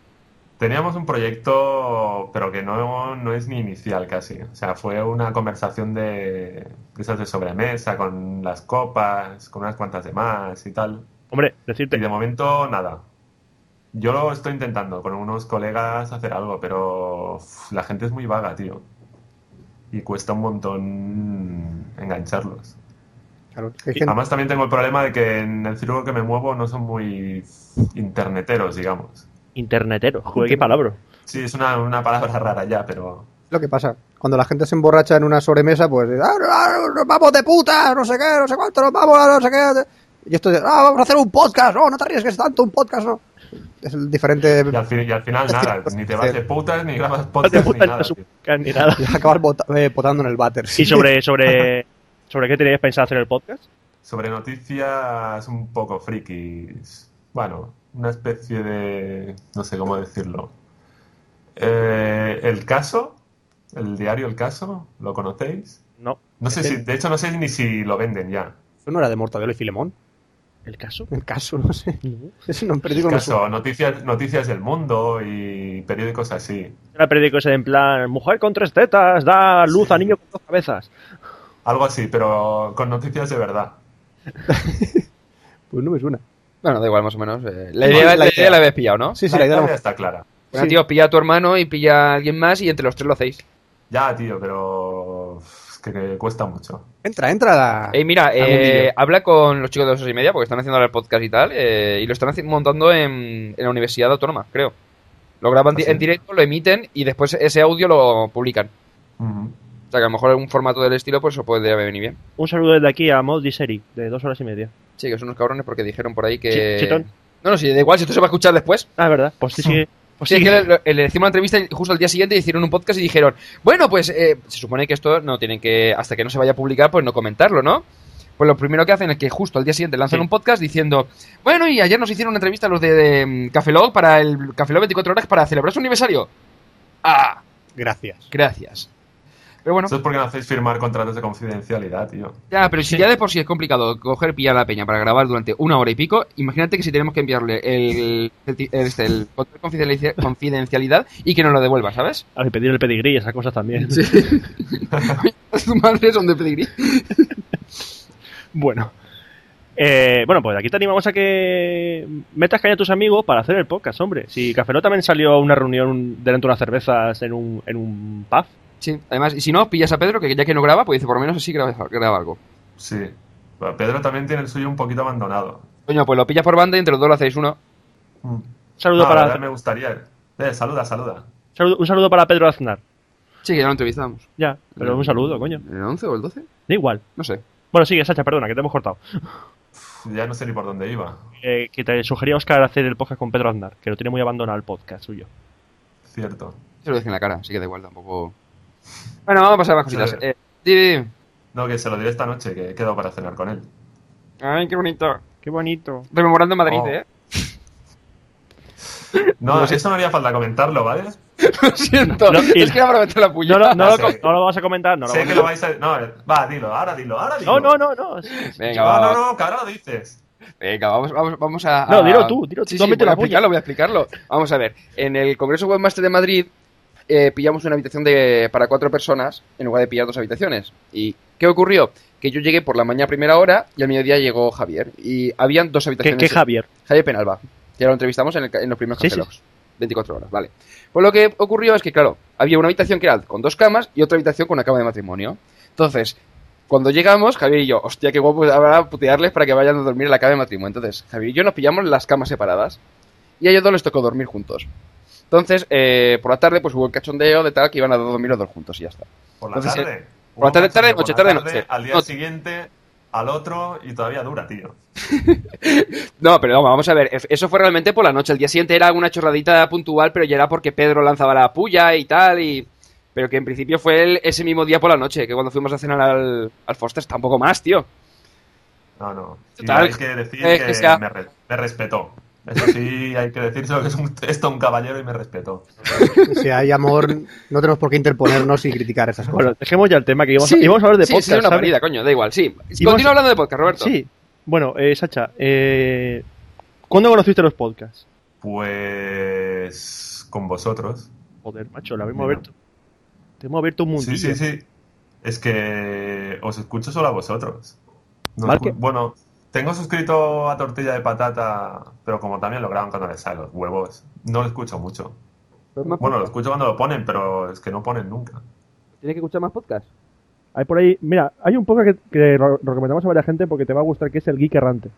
Speaker 5: Teníamos un proyecto, pero que no, no es ni inicial casi. O sea, fue una conversación de, de esas de sobremesa, con las copas, con unas cuantas de más y tal.
Speaker 2: Hombre,
Speaker 5: Y
Speaker 2: decirte.
Speaker 5: de momento, nada. Yo lo estoy intentando con unos colegas hacer algo, pero uf, la gente es muy vaga, tío. Y cuesta un montón engancharlos.
Speaker 3: Claro, hay gente-
Speaker 5: Además, también tengo el problema de que en el círculo que me muevo no son muy interneteros, digamos.
Speaker 2: Internetero. Joder, qué palabra.
Speaker 5: Sí, es una, una palabra rara ya, pero
Speaker 3: lo que pasa. Cuando la gente se emborracha en una sobremesa, pues "Ah, no, no, nos vamos de puta, no sé qué, no sé cuánto, nos vamos, no sé qué. Y esto de, ah, vamos a hacer un podcast, no, no te arriesgues tanto, un podcast, no. Es el diferente.
Speaker 5: Y al, fin- y al final nada, ni te vas de putas, ni grabas podcast,
Speaker 2: Te puta
Speaker 5: ni
Speaker 2: ni
Speaker 5: nada.
Speaker 2: las
Speaker 5: tío.
Speaker 2: ucas ni nada.
Speaker 3: Acabar bota- eh, potando en el váter.
Speaker 2: ¿Y sobre, sobre, sobre qué tenéis pensado hacer el podcast?
Speaker 5: Sobre noticias un poco frikis. Bueno, una especie de... no sé cómo decirlo. Eh, el caso, el diario El Caso, ¿lo conocéis?
Speaker 2: No.
Speaker 5: No sé si, de hecho no sé ni si lo venden ya.
Speaker 3: ¿No era de Mortadelo y Filemón?
Speaker 2: ¿El caso?
Speaker 3: El caso, no sé. Es un periódico
Speaker 5: El
Speaker 3: que me suena.
Speaker 5: caso, noticias, noticias del mundo y periódicos así.
Speaker 2: Era el periódico ese de en plan, mujer con tres tetas, da luz a niño con dos cabezas.
Speaker 5: Algo así, pero con noticias de verdad.
Speaker 3: Pues no me suena.
Speaker 4: Bueno, da igual, más o menos. eh, la,
Speaker 3: No,
Speaker 4: idea,
Speaker 3: es la
Speaker 4: la idea
Speaker 3: idea.
Speaker 4: la habéis pillado, ¿no?
Speaker 3: Sí, sí, la idea la hemos-
Speaker 5: está clara.
Speaker 4: Bueno,
Speaker 3: sí.
Speaker 4: tío, pilla a tu hermano y pilla a alguien más y entre los tres lo hacéis.
Speaker 5: Ya, tío, pero... Es que, que cuesta mucho.
Speaker 3: Entra, entra la.
Speaker 4: Ey, mira,
Speaker 3: Ah, Algún
Speaker 4: eh,
Speaker 3: vídeo.
Speaker 4: habla con los chicos de dos horas y media porque están haciendo ahora el podcast y tal, eh, y lo están haci- montando en, en la Universidad Autónoma, creo. Lo graban
Speaker 3: Ah,
Speaker 4: di-
Speaker 5: Así.
Speaker 4: en directo, lo emiten y después ese audio lo publican.
Speaker 5: Ujú.
Speaker 4: O sea, que a lo mejor algún formato del estilo, pues eso podría venir bien.
Speaker 2: Un saludo desde aquí a Mod Diseri, de dos horas y media.
Speaker 4: Sí, que son unos cabrones porque dijeron por ahí
Speaker 2: Chi-
Speaker 4: que.
Speaker 2: Chitón.
Speaker 4: No, no, sí, da igual, si esto se va a escuchar después.
Speaker 2: Ah, es verdad. Pues sí, sigue. Pues
Speaker 4: Sí, es
Speaker 2: sigue.
Speaker 4: que le, le- le hicimos una entrevista y justo al día siguiente hicieron un podcast y dijeron, bueno, pues eh, se supone que esto no tienen que, hasta que no se vaya a publicar, pues no comentarlo, ¿no? Pues lo primero que hacen es que justo al día siguiente lanzan
Speaker 2: Sí.
Speaker 4: un podcast diciendo, bueno, y ayer nos hicieron una entrevista los de, de, mm, Café Lock para el Café Lock 24 horas para celebrar su aniversario. Ah,
Speaker 10: Gracias.
Speaker 4: gracias. Pero bueno,
Speaker 5: Eso es porque no hacéis firmar contratos de confidencialidad, tío.
Speaker 4: ya, pero si ya de por sí es complicado coger pillar a la peña para grabar durante una hora y pico, imagínate que si tenemos que enviarle el, el, este, el contrato de confidencia- confidencialidad y que nos lo devuelva, ¿sabes?
Speaker 2: A ver, pedir el pedigrí y esas cosas también.
Speaker 4: Su madre son de pedigrí.
Speaker 2: Bueno. Eh, bueno, pues aquí te animamos a que metas caña a tus amigos para hacer el podcast, hombre. Si Café Lock también salió a una reunión delante de unas cervezas en un, en un pub.
Speaker 4: Sí, además, y si no, pillas a Pedro, que ya que no graba, pues dice, por lo menos así graba, graba algo.
Speaker 5: Sí. Bueno, Pedro también tiene el suyo un poquito abandonado.
Speaker 4: Coño, pues lo pillas por banda y entre los dos lo hacéis uno.
Speaker 5: Mm.
Speaker 2: Saludo
Speaker 5: No, la verdad
Speaker 2: para,
Speaker 5: me gustaría. Eh, saluda, saluda.
Speaker 2: saludo- un saludo para Pedro Aznar.
Speaker 4: Sí, que ya lo entrevistamos.
Speaker 2: Ya, pero un saludo, coño.
Speaker 4: ¿El 11 o el 12?
Speaker 2: Da igual.
Speaker 4: No sé.
Speaker 2: Bueno, sigue, Sacha, perdona, que te hemos cortado.
Speaker 5: Ya no sé ni por dónde iba.
Speaker 2: Eh, que te sugería Oscar hacer el podcast con Pedro Aznar, que lo tiene muy abandonado el podcast suyo.
Speaker 5: Cierto.
Speaker 4: Se lo dije en la cara, así que da igual, tampoco. Bueno, vamos a pasar a más cositas. Eh, di- di.
Speaker 5: No, que se lo diré esta noche, que he quedado para cenar con él.
Speaker 4: Ay, qué bonito.
Speaker 2: Qué bonito.
Speaker 4: Rememorando Madrid,
Speaker 5: Oh.
Speaker 4: eh.
Speaker 5: No, eso no haría falta comentarlo, ¿vale?
Speaker 4: Lo siento.
Speaker 2: No, y-
Speaker 4: es que era para meter la puya.
Speaker 2: No, lo- no, lo,
Speaker 5: Sí.
Speaker 2: com- no lo vamos a comentar, no lo
Speaker 5: sé
Speaker 2: vamos
Speaker 5: que
Speaker 2: a-
Speaker 5: lo vais a... No, eh, va, dilo, ahora dilo, ahora dilo. Pues
Speaker 2: No, no, no, no.
Speaker 4: Venga,
Speaker 5: No,
Speaker 4: va,
Speaker 5: no,
Speaker 4: va.
Speaker 5: no, que ahora lo dices.
Speaker 4: Venga, vamos, vamos, vamos a,
Speaker 2: No,
Speaker 4: a-
Speaker 2: dilo tú, dilo tú,
Speaker 4: Sí,
Speaker 2: tú
Speaker 4: sí,
Speaker 2: has
Speaker 4: voy
Speaker 2: metido
Speaker 4: a
Speaker 2: la puya.
Speaker 4: explicarlo, voy a explicarlo. Vamos a ver. En el Congreso Webmaster de Madrid eh, pillamos una habitación de, para cuatro personas en lugar de pillar dos habitaciones. ¿Y qué ocurrió? Que yo llegué por la mañana a primera hora y al mediodía llegó Javier. Y habían dos
Speaker 2: Que,
Speaker 4: habitaciones.
Speaker 2: que Javier.
Speaker 4: Javier Penalba. Ya lo entrevistamos en, el ca- en los primeros
Speaker 2: Sí,
Speaker 4: Café
Speaker 2: sí.
Speaker 4: Logs. 24 horas, vale. Pues lo que ocurrió es que, claro, había una habitación que era con dos camas y otra habitación con una cama de matrimonio. Entonces, cuando llegamos, Javier y yo, hostia, qué guapo habrá putearles para que vayan a dormir en la cama de matrimonio. Entonces, Javier y yo nos pillamos las camas separadas y a ellos dos les tocó dormir juntos. Entonces, eh, por la tarde, pues hubo el cachondeo de tal que iban a dormir los dos juntos y ya está.
Speaker 5: Por la
Speaker 4: Entonces,
Speaker 5: tarde.
Speaker 4: por la tarde, tarde,
Speaker 5: Por
Speaker 4: noche,
Speaker 5: la
Speaker 4: tarde, noche.
Speaker 5: Al día
Speaker 4: Noche.
Speaker 5: siguiente, al otro, y todavía dura, tío.
Speaker 4: No, pero vamos, vamos a ver, ef- eso fue realmente por la noche. El día siguiente era una chorradita puntual, pero ya era porque Pedro lanzaba la puya y tal, y... Pero que en principio fue el- ese mismo día por la noche, que cuando fuimos a cenar al, al Foster's, tampoco más, tío.
Speaker 5: No, no. Y
Speaker 4: Total,
Speaker 5: hay que decir
Speaker 4: eh,
Speaker 5: que,
Speaker 4: que sea-
Speaker 5: me, re- me respetó. Eso sí, hay que decírselo que es un, esto un caballero y me respetó.
Speaker 3: Si hay amor, no tenemos por qué interponernos y criticar esas cosas.
Speaker 2: Bueno, dejemos ya el tema que íbamos,
Speaker 4: Sí,
Speaker 2: a, íbamos a hablar de
Speaker 4: sí,
Speaker 2: podcast.
Speaker 4: Sí, una
Speaker 2: ¿sabes?
Speaker 4: parida, coño, da igual, sí. Continúa
Speaker 2: Íbamos-
Speaker 4: hablando de podcast, Roberto.
Speaker 2: Sí. Bueno, eh, Sacha, eh, ¿cuándo conociste los podcasts?
Speaker 5: Pues. con vosotros.
Speaker 2: Joder, macho, lo hemos
Speaker 5: Mira.
Speaker 2: abierto. Te hemos abierto un mundillo.
Speaker 5: Sí, sí, sí. Es que os escucho solo a vosotros. No
Speaker 2: Mal
Speaker 5: escu-
Speaker 2: que-
Speaker 5: Bueno, tengo suscrito a Tortilla de Patata, pero como también lo graban cuando les salen los huevos, no lo escucho mucho.
Speaker 8: Pero más
Speaker 5: Bueno, lo
Speaker 8: podcast.
Speaker 5: escucho cuando lo ponen, pero es que no ponen nunca.
Speaker 8: ¿Tienes que escuchar más podcast?
Speaker 2: Hay por ahí, mira, hay un podcast que, que ro- recomendamos a varias gente porque te va a gustar, que es el Geek Errante.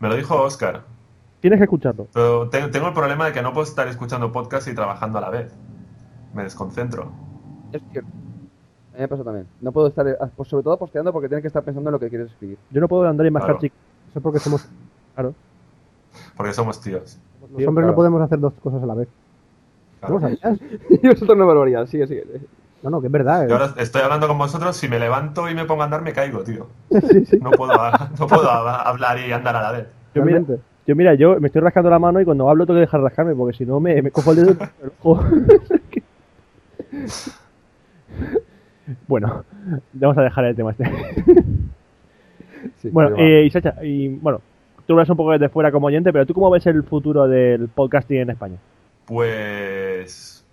Speaker 5: Me lo dijo Oscar,
Speaker 2: Tienes que escucharlo.
Speaker 5: pero te- tengo el problema de que no puedo estar escuchando podcast y trabajando a la vez. Me desconcentro.
Speaker 8: Es cierto. A mí me pasa también. No puedo estar, eh, pues, sobre todo posteando porque tienes que estar pensando en lo que quieres escribir.
Speaker 2: Yo no puedo andar y mascar
Speaker 5: Claro.
Speaker 2: chicas. Eso es porque somos. Claro.
Speaker 5: Porque somos tíos.
Speaker 9: Los hombres no podemos hacer dos cosas a la vez.
Speaker 5: Claro.
Speaker 9: ¿No lo sabías?
Speaker 8: Y vosotros no barbaridad, sigue, sigue.
Speaker 9: No, no, que es verdad. eh.
Speaker 5: Yo ahora estoy hablando con vosotros, si me levanto y me pongo a andar me caigo, tío. No puedo, a- no puedo a- hablar y andar a la vez.
Speaker 2: Yo mira,
Speaker 9: Realmente.
Speaker 2: yo mira, yo me estoy rascando la mano y cuando hablo tengo que dejar de rascarme porque si no me, me cojo el dedo y el ojo. bueno, vamos a dejar el tema este.
Speaker 8: Sí,
Speaker 2: Bueno,
Speaker 8: ahí va.
Speaker 2: eh, Isacha, y bueno, tú hablas un poco desde fuera como oyente, pero ¿tú cómo ves el futuro del podcasting en España?
Speaker 5: Pues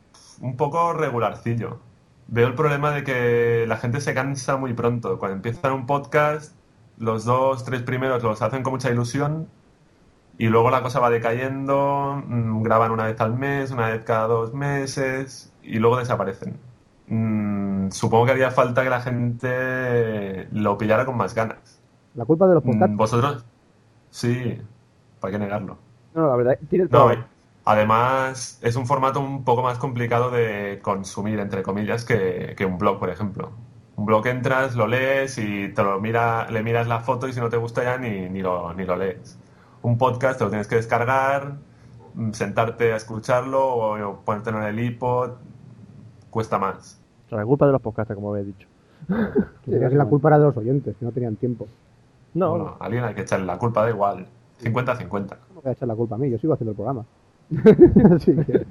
Speaker 5: un poco regularcillo. Veo el problema de que la gente se cansa muy pronto. Cuando empiezan un podcast, los dos, tres primeros los hacen con mucha ilusión y luego la cosa va decayendo, mm, graban una vez al mes, una vez cada dos meses y luego desaparecen. Mm, supongo que haría falta que la gente lo pillara con más ganas.
Speaker 9: La culpa de los
Speaker 5: Mm,
Speaker 9: podcasts.
Speaker 5: ¿Vosotros? Sí, ¿para qué negarlo?
Speaker 8: No, no, la verdad, tiene
Speaker 5: No, eh.
Speaker 8: todo.
Speaker 5: a Además, es un formato un poco más complicado de consumir, entre comillas, que, que un blog, por ejemplo. Un blog entras, lo lees y te lo mira, le miras la foto y si no te gusta ya ni, ni, lo, ni lo lees. Un podcast te lo tienes que descargar, mm, sentarte a escucharlo o, o ponértelo en el iPod. Cuesta más.
Speaker 2: O sea, la culpa de los podcasts, como habéis dicho.
Speaker 1: Que dirías que la culpa era de los oyentes, que no tenían tiempo.
Speaker 2: No,
Speaker 5: Bueno, a alguien hay que echarle la culpa, da igual. 50-50.
Speaker 1: No me voy a echar la culpa a mí, yo sigo haciendo el programa. Así que,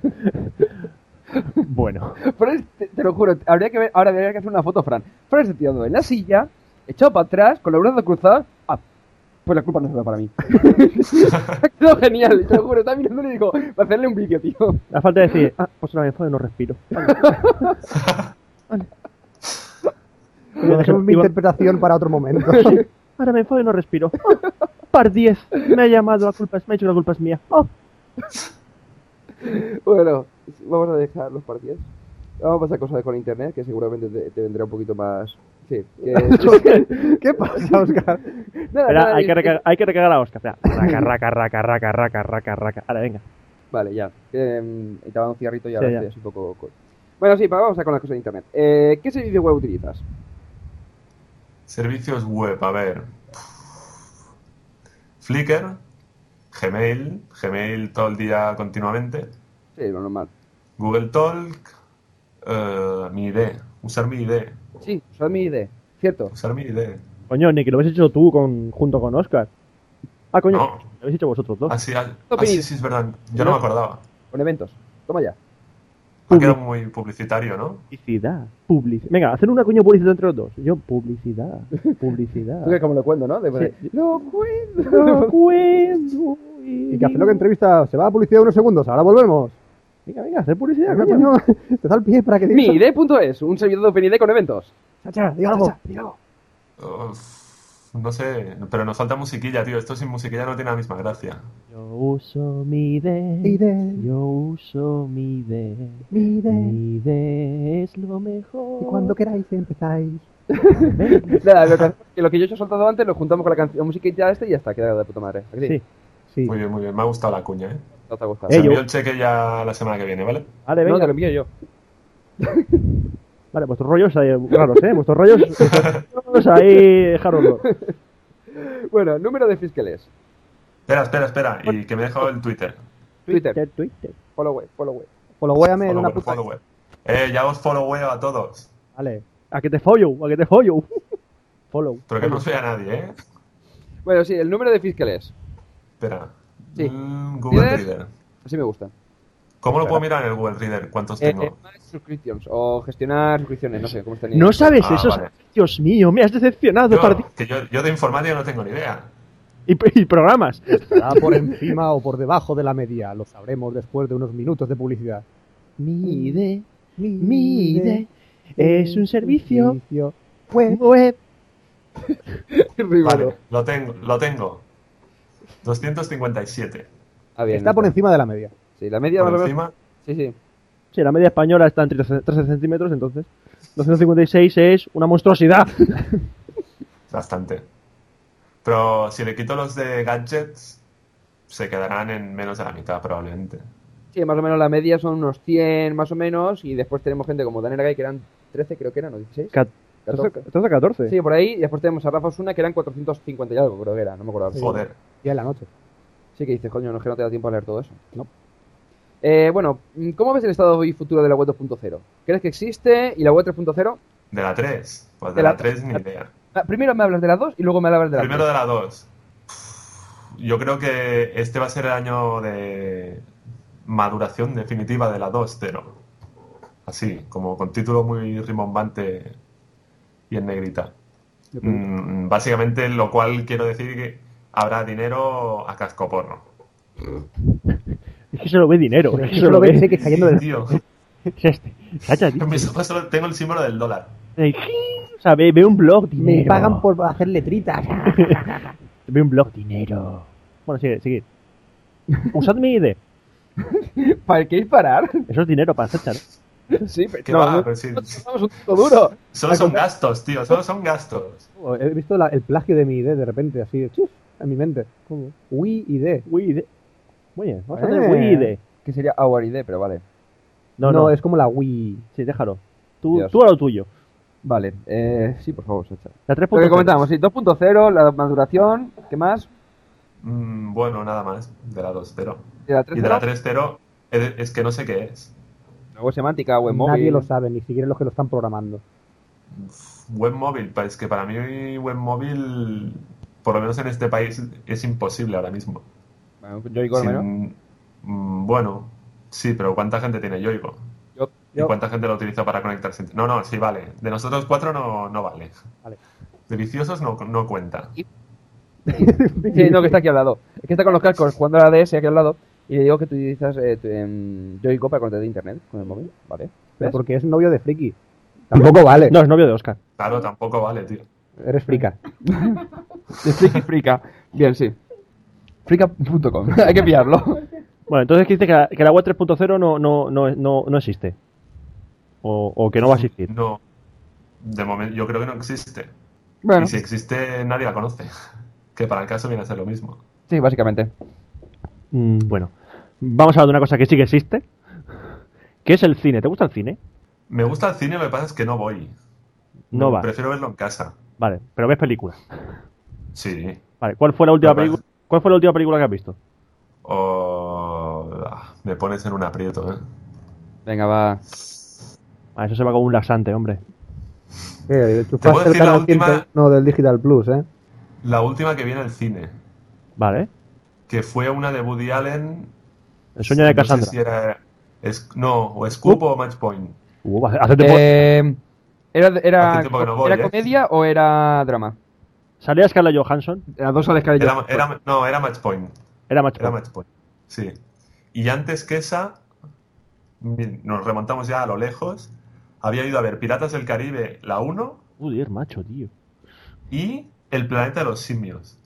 Speaker 2: bueno.
Speaker 4: Fran, es- te, te lo juro, habría que ver, ahora habría que hacer una foto, Fran. Fran está tirado en la silla, echado para atrás, con los brazos cruzados. Ah, pues la culpa no será para mí. ha quedado genial, te lo juro. Estaba mirándole y digo, para hacerle un vídeo, tío.
Speaker 2: La falta de decir, ah, pues la mejor no respiro.
Speaker 1: Pero dejemos mi
Speaker 2: Iba-
Speaker 1: interpretación para otro momento.
Speaker 2: Ahora me enfado y no respiro. Ah, par 10. Me ha llamado, la culpa es, me ha hecho la culpa es mía. Ah,
Speaker 4: Bueno, vamos a dejar los partidos. Vamos a pasar cosas con internet, que seguramente te, te vendrá un poquito más. Sí. que-
Speaker 1: ¿Qué pasa, Oscar?
Speaker 4: Nada,
Speaker 2: espera,
Speaker 4: nada,
Speaker 2: hay que,
Speaker 4: es-
Speaker 2: recagar, hay que recagar a Oscar. Espera. Raca, raca, raca, raca, raca, raca, raca. Ahora, venga.
Speaker 4: Vale, ya. Eh, y te va un cigarrito y ahora
Speaker 2: Sí, ya.
Speaker 4: estoy así un poco... co- Bueno, sí, vamos a con las cosas de internet. Eh, ¿Qué servicio web utilizas?
Speaker 5: Servicios web, a ver. Flickr, Gmail, Gmail todo el día continuamente,
Speaker 4: Sí, lo normal.
Speaker 5: Google Talk, eh, mi ID, usar mi ID,
Speaker 4: Sí, usad mi ID. Cierto.
Speaker 5: usar mi ID.
Speaker 2: Coño, Nick, lo habéis hecho tú con, junto con Oscar. Ah, coño,
Speaker 5: No. Ah,
Speaker 2: lo habéis hecho vosotros dos.
Speaker 5: Así, así
Speaker 4: Opi.
Speaker 5: sí es verdad, yo no me acordaba.
Speaker 4: Con eventos. Toma ya.
Speaker 5: Ha quedado muy publicitario, ¿no?
Speaker 2: Publicidad. Publicidad. Venga, hacer una coño publicidad entre los dos. Yo, publicidad. Publicidad.
Speaker 4: Tú que como lo cuento, ¿no? De poner,
Speaker 2: No
Speaker 4: Lo cuento.
Speaker 2: cuento.
Speaker 1: Y que hace lo que entrevista, se va a publicidad unos segundos, ahora volvemos.
Speaker 2: Venga, venga, hacer publicidad,
Speaker 1: Venga,
Speaker 2: coño.
Speaker 1: coño, te da el pie para que digas.
Speaker 4: Mi ID.es, un servidor de OpenID con eventos.
Speaker 1: Sacha, di algo.
Speaker 5: Uf, no sé, pero nos falta musiquilla, tío. Esto sin musiquilla no tiene la misma gracia.
Speaker 2: Yo uso mi
Speaker 1: Mi
Speaker 2: ID.
Speaker 1: de,
Speaker 2: Yo uso mi ID.
Speaker 1: mi de,
Speaker 2: Mi ID es lo mejor.
Speaker 1: y cuando queráis empezáis.
Speaker 4: Nada, lo que, que lo que yo he soltado antes lo juntamos con la canción, música y ya este y ya está, queda de puta madre. ¿A que
Speaker 2: Sí.
Speaker 1: Sí,
Speaker 5: Muy bien, muy bien. Me ha gustado la cuña, ¿eh?
Speaker 4: No te ha gustado.
Speaker 5: Se
Speaker 2: Eh, yo-
Speaker 5: envió el cheque ya la semana que viene, ¿vale?
Speaker 2: Vale,
Speaker 4: no,
Speaker 2: venga.
Speaker 4: te lo envío yo.
Speaker 2: Vale, vuestros rollos ahí raros, ¿eh? Vuestros rollos, vuestros rollos ahí dejaros.
Speaker 4: Bueno, número de fiscales.
Speaker 5: Espera, espera, espera. Y que me he dejado el Twitter.
Speaker 4: Twitter,
Speaker 2: Twitter.
Speaker 4: follow way, follow way.
Speaker 1: followéame en
Speaker 5: Follow,
Speaker 1: una
Speaker 5: web,
Speaker 1: puta.
Speaker 5: follow web. Eh, ya os follow web a todos.
Speaker 1: Vale.
Speaker 2: A que te follow, a que te follow. Follow.
Speaker 5: Pero que no os vea nadie, ¿eh?
Speaker 4: Bueno, sí, el número de fiscales.
Speaker 5: Espera.
Speaker 4: Sí.
Speaker 5: Mm, Google
Speaker 4: ¿Tienes?
Speaker 5: Reader.
Speaker 4: Así me gusta.
Speaker 5: ¿Cómo lo puedo mirar en el Google Reader? ¿Cuántos
Speaker 4: Eh,
Speaker 5: tengo?
Speaker 4: eh, manage subscriptions o gestionar suscripciones, no sé cómo está en
Speaker 2: No
Speaker 4: inglés.
Speaker 2: sabes
Speaker 5: Ah,
Speaker 2: eso.
Speaker 5: vale.
Speaker 2: Dios mío, me has decepcionado. Pardi-
Speaker 5: Yo, que yo, yo de informática no tengo ni idea.
Speaker 2: Y, y programas.
Speaker 1: Estará por encima o por debajo de la media, lo sabremos después de unos minutos de publicidad.
Speaker 2: Mi ID, mi ID es un servicio
Speaker 1: servicio web.
Speaker 2: web.
Speaker 4: Rivalo.
Speaker 5: Vale, lo tengo, lo tengo. 257.
Speaker 4: Ah, bien,
Speaker 1: Está por encima de la media.
Speaker 4: Sí, la media
Speaker 5: Por
Speaker 4: más o menos.
Speaker 5: encima,
Speaker 4: Sí, sí.
Speaker 2: Sí, la media española está en 13, 13 centímetros, entonces. 256 es una monstruosidad.
Speaker 5: bastante. Pero si le quito los de gadgets, se quedarán en menos de la mitad probablemente.
Speaker 4: Sí, más o menos la media son unos 100 más o menos y después tenemos gente como Dan Ergay que eran 13 creo que eran, o 16.
Speaker 2: Cat-
Speaker 4: 14.
Speaker 2: 13 a 14.
Speaker 4: Sí, por ahí. Y después tenemos a Rafa Osuna que eran 450 y algo, creo que era, no me acuerdo.
Speaker 5: Joder.
Speaker 1: Ya en la noche.
Speaker 4: Sí que dices, coño, no es que no te da tiempo a leer todo eso. No. Eh, bueno, mm, ¿cómo ves el estado y futuro de la web 2.0? ¿Crees que existe? ¿Y la web 3.0?
Speaker 5: ¿De la 3? Pues de,
Speaker 4: De la-
Speaker 5: la 3 ni idea.
Speaker 4: Ah, Primero me hablas de las dos y luego me hablas de las
Speaker 5: Primero de la 2. Yo creo que este va a ser el año de maduración definitiva de la 2.0. Así, como con título muy rimbombante y en negrita. Mm, básicamente, lo cual quiero decir que habrá dinero a cascoporro.
Speaker 2: Es que se lo ve dinero.
Speaker 1: Pero
Speaker 2: es que
Speaker 1: eso lo ves, que cayendo del...
Speaker 5: Tío,
Speaker 2: Es este. Cacha, tío.
Speaker 5: en mis ojos solo tengo el símbolo del dólar.
Speaker 2: Eh, O sea, ve, ve un blog, dinero.
Speaker 1: Me pagan por hacer letritas.
Speaker 2: Ve un blog, dinero. Bueno, sigue, sigue. Usad mi ID.
Speaker 4: ¿Para qué disparar?
Speaker 2: Eso es dinero para Sacha, ¿no?
Speaker 4: sí, pero
Speaker 5: Que
Speaker 4: no,
Speaker 5: va,
Speaker 4: no,
Speaker 5: pero sí,
Speaker 4: somos un tipo duro.
Speaker 5: solo son gastos, tío, solo son gastos.
Speaker 1: He visto la- el plagio de mi ID de repente, así, chuf, en mi mente. Wii ID.
Speaker 2: Wii ID. Muy bien, vamos a
Speaker 1: Eh.
Speaker 2: hacer Wii ID.
Speaker 1: Que
Speaker 4: que sería Our ID, pero vale.
Speaker 3: No,
Speaker 2: No,
Speaker 3: no,
Speaker 2: no.
Speaker 3: es como la Wii.
Speaker 2: Sí, déjalo. Tú,
Speaker 4: Dios.
Speaker 2: tú a lo tuyo.
Speaker 4: Vale, eh, sí, por favor, Sacha.
Speaker 2: La
Speaker 4: Lo que
Speaker 2: 3.0.
Speaker 4: comentábamos, sí, 2.0, la maduración, ¿qué más?
Speaker 5: Mm, bueno, nada más. De la 2.0.
Speaker 4: De la
Speaker 5: Y de la
Speaker 4: 3.0,
Speaker 5: 3.0 es es que no sé qué es.
Speaker 4: luego semántica,
Speaker 1: pues,
Speaker 4: web
Speaker 3: Nadie
Speaker 4: móvil.
Speaker 3: lo sabe, ni siquiera los que lo están programando.
Speaker 5: Web móvil, pues que para mí web móvil, por lo menos en este país, es imposible ahora mismo.
Speaker 4: Bueno, Yoigo al menos.
Speaker 5: Sin- mm, bueno, sí, pero ¿cuánta gente tiene Yoigo?
Speaker 4: Yo-
Speaker 5: ¿Y cuánta gente lo utiliza para conectarse? No, no, sí, vale. De nosotros cuatro no, no vale.
Speaker 3: Vale.
Speaker 5: De viciosos no, no cuenta.
Speaker 4: Sí, no, que está aquí al lado. Es que está con los cascos jugando a la DS aquí al lado. Y le digo que tú utilizas eh, tu, em, Yoigo para conectarte a internet con el móvil, ¿vale?
Speaker 3: Pero
Speaker 4: ¿Ves?
Speaker 3: porque es novio de friki. Tampoco vale.
Speaker 2: No, es novio de Oscar.
Speaker 5: Claro, tampoco vale, tío.
Speaker 3: Eres frica.
Speaker 4: De Friki Frica. Bien, sí. Frica.com. Hay que pillarlo.
Speaker 2: Bueno, entonces que dice que la, que la web 3.0 no, no, no, no, no existe. O, o que no va a existir.
Speaker 5: No. De momento, yo creo que no existe.
Speaker 4: Bueno,
Speaker 5: Y si existe, nadie la conoce. Que para el caso viene a ser lo mismo.
Speaker 4: sí, básicamente.
Speaker 2: Mm, bueno, vamos a hablar de una cosa que sí que existe. Que es el cine. ¿Te gusta el cine?
Speaker 5: Me gusta el cine, lo que pasa es que no voy.
Speaker 2: No va.
Speaker 5: Prefiero verlo en casa.
Speaker 2: Vale, pero ves películas.
Speaker 5: Sí.
Speaker 2: Vale, ¿cuál fue la última
Speaker 5: No va.
Speaker 2: película? ¿Cuál fue la última película que has visto?
Speaker 5: O... ah, Me pones en un aprieto, ¿eh?
Speaker 4: Venga, va.
Speaker 2: Ah, eso se va como un laxante, hombre.
Speaker 3: Eh,
Speaker 5: Te puedo
Speaker 3: enchufaste el
Speaker 5: decir la
Speaker 3: canal
Speaker 5: última-
Speaker 3: 101 del Digital Plus, ¿eh?
Speaker 5: La última que vi en el cine,
Speaker 2: Vale.
Speaker 5: que fue una de Woody Allen.
Speaker 2: El sueño de
Speaker 5: no sé
Speaker 2: Cassandra.
Speaker 5: si era- es- No, o Scoop o Match Point.
Speaker 2: Uh, hace- hace tiempo-
Speaker 4: Eh, ¿Era,
Speaker 5: Hace
Speaker 4: era,
Speaker 5: tiempo que no voy,
Speaker 4: era
Speaker 5: ¿eh?
Speaker 4: comedia o era drama?
Speaker 2: ¿Salía Scarlett Johansson?
Speaker 4: Las dos sales
Speaker 5: Era-
Speaker 2: Pues.
Speaker 5: era- no, era Match Point.
Speaker 2: Era macho.
Speaker 5: Era Match Point. Sí. Y antes que esa, mi- nos remontamos ya a lo lejos. Había ido a ver Piratas del Caribe, la 1,
Speaker 2: Joder, macho, tío.
Speaker 5: y El planeta de los simios.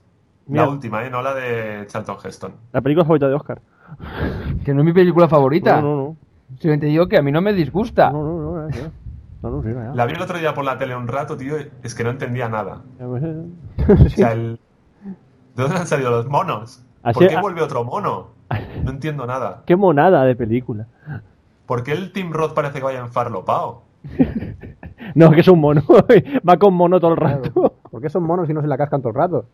Speaker 2: Mira,
Speaker 5: La última, ¿eh? No la de Charlton Heston.
Speaker 2: la película favorita de Oscar.
Speaker 4: Que no es mi película favorita.
Speaker 2: No, no, no.
Speaker 4: Simplemente digo que a mí no me disgusta.
Speaker 2: No, no, no. ya, ya. No, no, sí, ya.
Speaker 5: La vi el otro día por la tele un rato, tío, y es que no entendía nada. O sea, el- ¿De dónde han salido los monos?
Speaker 2: Así-
Speaker 5: ¿Por qué
Speaker 2: a-
Speaker 5: vuelve otro mono? No entiendo nada.
Speaker 2: Qué monada de película.
Speaker 5: ¿Por qué el Team Roth parece que vaya en farlopao?
Speaker 2: No, que es un mono. Va con mono todo el rato.
Speaker 3: ¿Por qué son monos y no se la cascan todo el rato?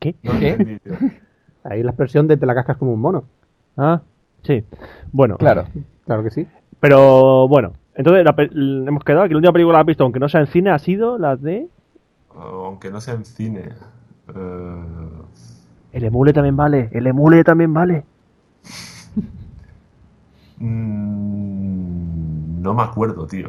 Speaker 2: ¿Qué?
Speaker 5: No lo
Speaker 4: ¿Qué?
Speaker 5: entendí, tío.
Speaker 3: Ahí la expresión de te la cascas como un mono.
Speaker 2: Ah, sí. Bueno.
Speaker 4: Claro.
Speaker 3: Claro que sí.
Speaker 2: Pero bueno. Entonces la pe- l- hemos quedado que la última película que has visto, aunque no sea en cine, ha sido la de...
Speaker 5: Aunque no sea en cine. Eh,
Speaker 11: El emule también vale, el emule también vale.
Speaker 5: mm, no me acuerdo, tío.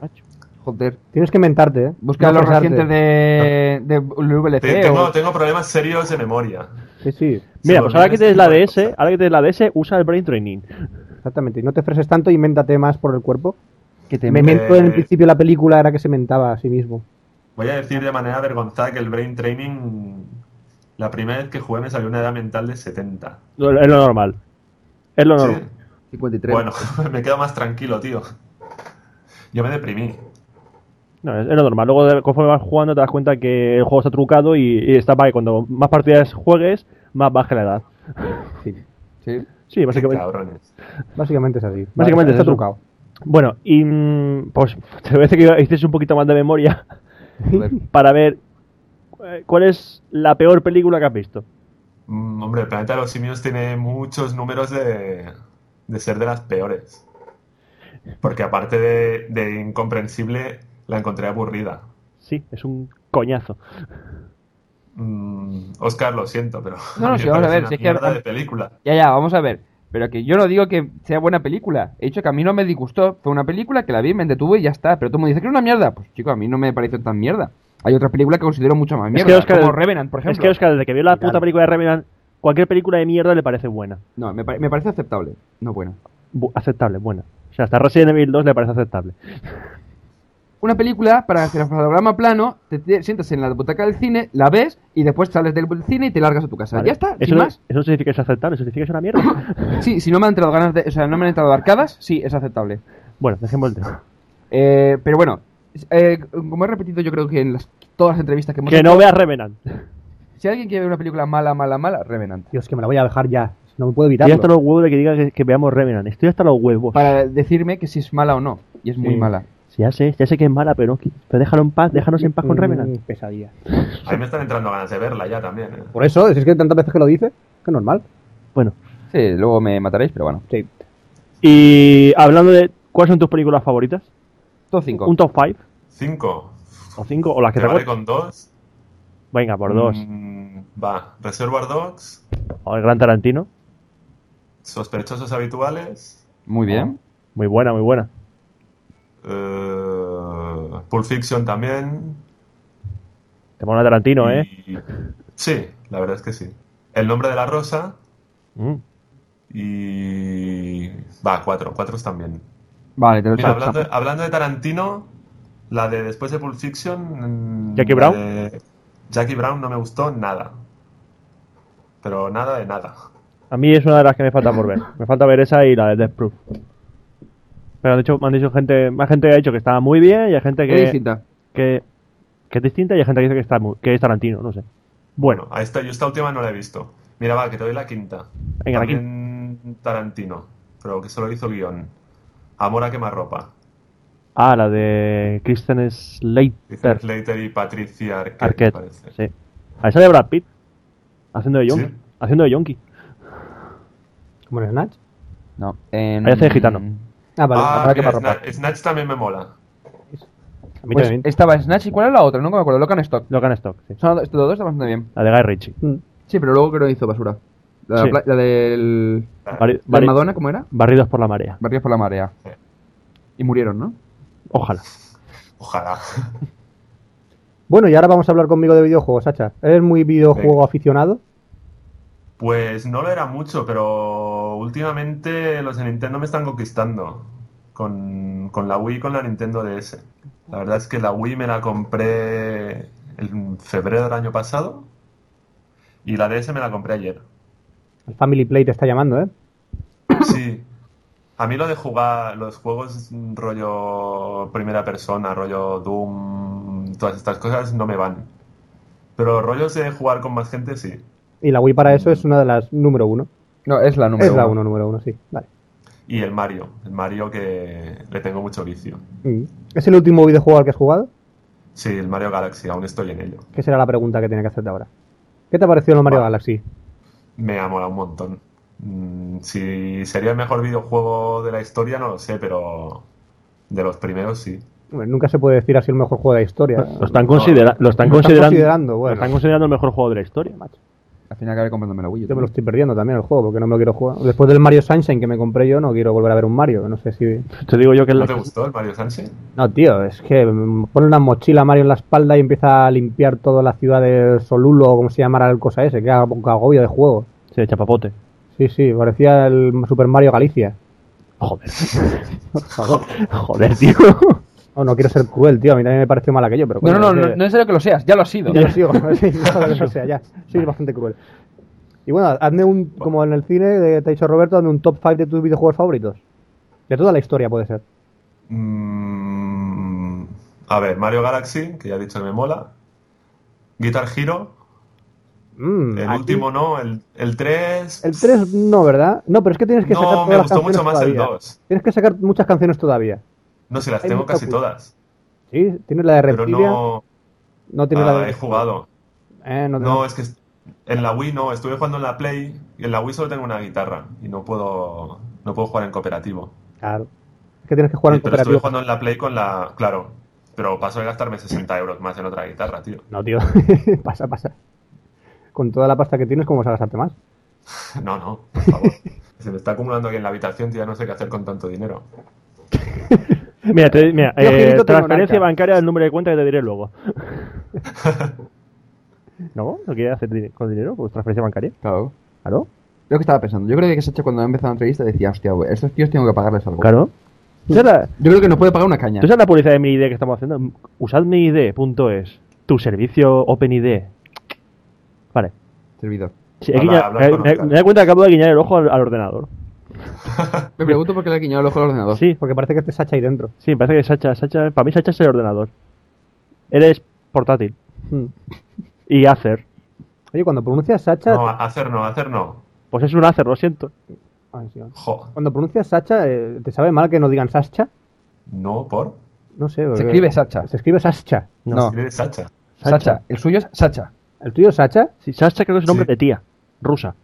Speaker 2: Macho.
Speaker 4: Joder.
Speaker 3: Tienes que mentarte, ¿eh?
Speaker 4: Busca
Speaker 3: No
Speaker 4: los
Speaker 3: forzarte.
Speaker 4: recientes de, de VLC.
Speaker 5: Te- tengo,
Speaker 4: o-
Speaker 5: tengo problemas serios de memoria.
Speaker 3: Sí, sí,
Speaker 2: Mira,
Speaker 5: Se
Speaker 2: pues
Speaker 5: me
Speaker 2: ahora que
Speaker 5: olvidan
Speaker 2: tienes la
Speaker 5: este tipo de
Speaker 2: DS, ahora que tienes la DS, usa el Brain Training.
Speaker 3: exactamente. Y no te freses tanto y méntate más por el cuerpo.
Speaker 4: que te-
Speaker 3: Me mento en el
Speaker 5: Eh.
Speaker 3: principio de la película era que se mentaba a sí mismo.
Speaker 5: Voy a decir de manera vergonzada que el Brain Training, la primera vez que jugué me salió una edad mental de 70.
Speaker 2: No, Es lo normal. Es lo
Speaker 5: Sí.
Speaker 2: normal.
Speaker 4: 53.
Speaker 5: Bueno, me quedo más tranquilo, tío. Yo me deprimí.
Speaker 2: No, es, es lo normal. Luego, de- conforme vas jugando, te das cuenta que el juego está trucado y, y está para que cuando más partidas juegues, más baje la edad.
Speaker 4: Sí.
Speaker 2: Sí,
Speaker 5: Qué
Speaker 2: básicamente.
Speaker 5: cabrones.
Speaker 3: Básicamente es así.
Speaker 2: Básicamente es
Speaker 3: está
Speaker 2: eso.
Speaker 3: trucado.
Speaker 2: Bueno, y mm, pues te parece que hiciste un poquito más de memoria
Speaker 4: Joder.
Speaker 2: para ver eh, cuál es la peor película que has visto.
Speaker 5: Mm, hombre, el planeta de los simios tiene muchos números de, de ser de las peores. Porque aparte de, de incomprensible, la encontré aburrida.
Speaker 2: Sí, es un coñazo.
Speaker 5: Mm, Oscar, lo siento, pero.
Speaker 4: No,
Speaker 5: a mí
Speaker 4: sí,
Speaker 5: me
Speaker 4: vamos a
Speaker 5: parece
Speaker 4: ver,
Speaker 5: una
Speaker 4: si es que-
Speaker 5: mierda de película.
Speaker 4: Ya, ya, vamos a ver. Pero que yo no digo que sea buena película. He dicho que a mí no me disgustó. Fue una película que la vi, me detuve y ya está. Pero tú me dices que es una mierda. Pues chico, a mí no me pareció tan mierda. Hay otras películas que considero mucho más mierda.
Speaker 2: Oscar-
Speaker 4: como Revenant, por ejemplo.
Speaker 2: Es que Oscar, desde que vio la
Speaker 4: Claro.
Speaker 2: puta película de Revenant, cualquier película de mierda le parece buena.
Speaker 4: No, me, pare- me parece aceptable. No buena.
Speaker 2: Bu- aceptable, buena. O sea, hasta Resident Evil 2 le parece aceptable.
Speaker 4: Pues Una película para hacer el programa plano, te, te sientas en la butaca del cine, la ves y después sales del cine y te largas a tu casa.
Speaker 2: Vale.
Speaker 4: Ya está,
Speaker 2: Eso
Speaker 4: sin
Speaker 2: no,
Speaker 4: más.
Speaker 2: eso no significa que sea aceptable, eso significa que es una mierda.
Speaker 4: Sí, si no me han entrado ganas de. O sea, no me han entrado arcadas, sí, es aceptable.
Speaker 2: bueno, dejemos el tema.
Speaker 4: Eh, pero bueno, eh, como he repetido, yo creo que en las- todas las entrevistas que hemos
Speaker 2: Que no veas Revenant.
Speaker 4: Si alguien quiere ver una película mala, mala, mala, Revenant.
Speaker 3: Dios, que me la voy a dejar ya. No me puedo
Speaker 2: Estoy
Speaker 3: evitarlo.
Speaker 2: hasta los huevos de que diga que, que veamos Revenant. Estoy hasta los huevos.
Speaker 4: Para decirme que si es mala o no. Y es muy
Speaker 3: Sí.
Speaker 4: mala.
Speaker 2: Sí, ya sé, ya sé que es mala, pero, no qui- pero déjalo en paz, déjanos en paz con
Speaker 3: Mm,
Speaker 2: Revenant.
Speaker 3: Pesadilla.
Speaker 5: A mí me están entrando ganas de verla ya también. ¿eh?
Speaker 3: Por eso, si es que tantas veces que lo dice, que normal.
Speaker 2: Bueno,
Speaker 4: Sí, luego me mataréis, pero bueno.
Speaker 3: Sí.
Speaker 2: y hablando de cuáles son tus películas favoritas,
Speaker 4: Todo cinco.
Speaker 2: un top 5
Speaker 5: Cinco.
Speaker 2: o 5 o las que
Speaker 5: ¿Te
Speaker 2: te
Speaker 5: vale
Speaker 2: acuerdes.
Speaker 5: con dos?
Speaker 2: Venga, por dos.
Speaker 5: Mm, va. Reservoir Dogs,
Speaker 2: O el Gran Tarantino,
Speaker 5: Sospechosos Habituales,
Speaker 4: Muy bien.
Speaker 2: muy buena, muy buena.
Speaker 5: eh, Pulp Fiction también.
Speaker 2: Te mola Tarantino, ¿eh?
Speaker 5: y- Sí, la verdad es que sí. El Nombre de la Rosa
Speaker 2: Mm.
Speaker 5: y... Va, cuatro. Cuatro están bien.
Speaker 4: Vale, te lo
Speaker 5: Mira,
Speaker 4: paso.
Speaker 5: hablando, hablando de Tarantino, la de después de Pulp Fiction. mm,
Speaker 2: ¿Jackie
Speaker 5: la
Speaker 2: Brown?
Speaker 5: de Jackie Brown no me gustó nada. Pero nada de nada.
Speaker 2: A mí es una de las que me falta por ver. Me falta ver esa y la de Death Proof. Pero de hecho, me han dicho gente, más gente que ha dicho que estaba muy bien y hay gente
Speaker 4: Qué
Speaker 2: que,
Speaker 4: distinta.
Speaker 2: que, que es distinta y hay gente que dice que, está, mu- que es Tarantino, no sé. Bueno,
Speaker 5: A esta, yo esta última no la he visto. Mira, va, que te doy la quinta.
Speaker 2: Venga, la
Speaker 5: También Tarantino, pero que solo hizo guión. Amor a quemarropa.
Speaker 2: ah, la de Kristen
Speaker 5: Dice
Speaker 2: Slater.
Speaker 5: Slater y Patricia Arquette,
Speaker 2: Arquette,
Speaker 5: parece.
Speaker 2: sí. A esa de Brad Pitt. Haciendo de
Speaker 5: Sí.
Speaker 2: yonki. Haciendo de yonki.
Speaker 3: Como en Snatch.
Speaker 4: No. En...
Speaker 2: Ahí hace de gitano.
Speaker 3: Ah, vale.
Speaker 5: Ah,
Speaker 3: ahora que
Speaker 5: mira,
Speaker 3: me arropa.
Speaker 5: Sna- Snatch también me mola.
Speaker 3: A mí
Speaker 4: Pues
Speaker 3: también.
Speaker 4: estaba Snatch y cuál era la otra, nunca me acuerdo. Locan Stock.
Speaker 2: Pues, Logan Stock, sí.
Speaker 4: Son estos dos están bastante bien.
Speaker 2: La de Guy Ritchie.
Speaker 4: Sí, pero luego creo que hizo basura. La,
Speaker 2: Sí.
Speaker 4: pla- la del.
Speaker 2: Barri-
Speaker 4: la de
Speaker 2: barri-
Speaker 4: Madonna, ¿cómo era?
Speaker 2: barridos por la marea.
Speaker 4: Barridos por la marea.
Speaker 5: Sí.
Speaker 4: Y murieron, ¿no?
Speaker 2: Ojalá.
Speaker 5: Ojalá.
Speaker 3: Bueno, y ahora vamos a hablar conmigo de videojuegos, Sacha. ¿Eres muy videojuego
Speaker 5: Venga.
Speaker 3: aficionado?
Speaker 5: Pues no lo era mucho, pero últimamente los de Nintendo me están conquistando. Con, con la Wii y con la Nintendo DS. La verdad es que la Wii me la compré en febrero del año pasado y la DS me la compré ayer.
Speaker 3: El Family Play te está llamando, ¿eh?
Speaker 5: Sí. A mí lo de jugar los juegos mm, rollo primera persona, rollo Doom, todas estas cosas no me van. Pero rollos de jugar con más gente sí.
Speaker 3: Y la Wii para eso
Speaker 5: Mm.
Speaker 3: es una de las número uno.
Speaker 4: No, es la número
Speaker 3: es la
Speaker 4: uno.
Speaker 3: uno, número uno, sí. Vale.
Speaker 5: Y el Mario, el Mario que le tengo mucho vicio.
Speaker 3: Mm. ¿Es el último videojuego al que has jugado?
Speaker 5: Sí, el Mario Galaxy, aún estoy en ello.
Speaker 3: Que será la pregunta que tiene que hacerte ahora. ¿Qué te ha parecido el Mario
Speaker 5: Vale.
Speaker 3: Galaxy?
Speaker 5: Me ha molado un montón. Mm, Si sería el mejor videojuego de la historia, no lo sé, pero de los primeros sí.
Speaker 3: Hombre, nunca se puede decir así el mejor juego de la historia.
Speaker 5: Pues,
Speaker 2: Lo están, considera-
Speaker 3: Ah,
Speaker 2: lo están
Speaker 3: Lo están
Speaker 2: considerando.
Speaker 3: considerando, bueno.
Speaker 2: Lo están considerando el mejor juego de la historia, macho.
Speaker 4: Al final acabé comprándome la
Speaker 5: pues,
Speaker 4: Wii. yo
Speaker 3: Yo me lo
Speaker 4: también.
Speaker 3: estoy perdiendo también el juego porque no me lo quiero jugar. Después del Mario Sunshine que me compré yo, no quiero volver a ver un Mario. No sé si.
Speaker 2: Te digo yo que es
Speaker 5: ¿No
Speaker 2: la,
Speaker 5: te gustó el Mario Sánchez?
Speaker 3: No, tío, es que mm, pone una mochila a Mario en la espalda y empieza a limpiar toda la ciudad de Solulo o como se llamara el cosa ese. Que haga un agobio de juego.
Speaker 2: Sí, de chapapote.
Speaker 3: Sí, sí, parecía el Super Mario Galicia.
Speaker 2: Joder. Joder, tío.
Speaker 3: Oh, No, no quiero ser cruel, tío. A mí también me pareció mal aquello, pero.
Speaker 4: No,
Speaker 3: coño,
Speaker 4: no,
Speaker 3: es
Speaker 4: no,
Speaker 3: que-
Speaker 4: no, no es serio que lo seas, ya lo has sido.
Speaker 3: Ya lo sigo, sí, joder, eso sea, ya. Soy bastante cruel. Y bueno, hazme un, como en el cine, de- te ha dicho Roberto, hazme un top 5 de tus videojuegos favoritos. De toda la historia puede ser.
Speaker 5: Mm, a ver, Mario Galaxy, que ya he dicho que me mola. Guitar Hero,
Speaker 3: Mm,
Speaker 5: el
Speaker 3: aquí-
Speaker 5: último no, el, el 3.
Speaker 3: El 3 no, ¿verdad? No, pero es que tienes que
Speaker 5: No,
Speaker 3: sacar
Speaker 5: me
Speaker 3: todas las
Speaker 5: gustó
Speaker 3: canciones
Speaker 5: mucho más el
Speaker 3: todavía.
Speaker 5: 2.
Speaker 3: Tienes que sacar muchas canciones todavía.
Speaker 5: No, si las
Speaker 3: hay
Speaker 5: tengo
Speaker 3: mucha
Speaker 5: casi
Speaker 3: culpa.
Speaker 5: todas,
Speaker 3: Sí, tienes la de
Speaker 5: pero
Speaker 3: Reptilia, no,
Speaker 5: no
Speaker 3: tienes la
Speaker 5: ah,
Speaker 3: de...
Speaker 5: he jugado.
Speaker 3: Eh, no,
Speaker 5: No, es que est- en la Wii no, estuve jugando en la Play y en la Wii solo tengo una guitarra y no puedo, no puedo jugar en cooperativo.
Speaker 3: Claro. Es que tienes que jugar en
Speaker 5: pero estuve
Speaker 3: cooperativo.
Speaker 5: jugando en la Play con la... Claro, pero paso de gastarme 60 euros más en otra guitarra, tío.
Speaker 3: No, tío. pasa, pasa. Con toda la pasta que tienes, ¿cómo vas a gastarte más?
Speaker 5: No, no, por favor. Se me está acumulando aquí en la habitación, tío, ya no sé qué hacer con tanto dinero.
Speaker 2: Mira, te- mira
Speaker 3: Yo,
Speaker 2: eh,
Speaker 3: Gilito, tengo
Speaker 2: transferencia
Speaker 3: naranja.
Speaker 2: bancaria del número de cuenta que te diré luego. ¿No? ¿No quieres hacer di- con dinero? Pues transferencia bancaria.
Speaker 4: Claro.
Speaker 2: Claro.
Speaker 4: Lo que estaba pensando. Yo creo que Sacha cuando ha empezado la entrevista decía, hostia, güey, estos tíos tengo que pagarles algo.
Speaker 2: Claro. ¿Tú sabes la-
Speaker 4: Yo creo que nos puede pagar una caña.
Speaker 2: tú sabes la publicidad de mi idea que estamos haciendo? Usad mi ID.es, tu servicio OpenID. Vale.
Speaker 4: Servidor.
Speaker 2: Sí, he
Speaker 5: Habla-
Speaker 2: guiña-
Speaker 5: habla con
Speaker 2: me,
Speaker 5: Oscar.
Speaker 2: me he dado cuenta que acabo de guiñar el ojo al, al ordenador.
Speaker 4: Me pregunto por qué le ha guiñado el ojo al
Speaker 12: Oh.
Speaker 4: ordenador.
Speaker 2: Sí,
Speaker 3: Porque parece que estés Sacha ahí dentro.
Speaker 2: sí, me parece que Sacha, Sacha, para mí Sacha es el ordenador. Eres portátil
Speaker 3: Mm.
Speaker 12: Hmm.
Speaker 2: y hacer.
Speaker 3: Oye, cuando pronuncias Sacha,
Speaker 5: No, hacer no, hacer no.
Speaker 2: Pues es un hacer, lo siento.
Speaker 3: Ah, sí, ah.
Speaker 5: Jo,
Speaker 3: Cuando pronuncias Sacha, eh, ¿te sabe mal que no digan Sascha?
Speaker 5: no, por.
Speaker 3: No sé. porque-
Speaker 12: Se escribe Sacha.
Speaker 3: Se escribe Sascha.
Speaker 6: No.
Speaker 5: Escribe Sacha.
Speaker 12: Sacha. El suyo es Sacha.
Speaker 3: ¿El tuyo es Sacha?
Speaker 2: Si Sasha creo que es nombre
Speaker 5: Sí.
Speaker 2: de tía, rusa.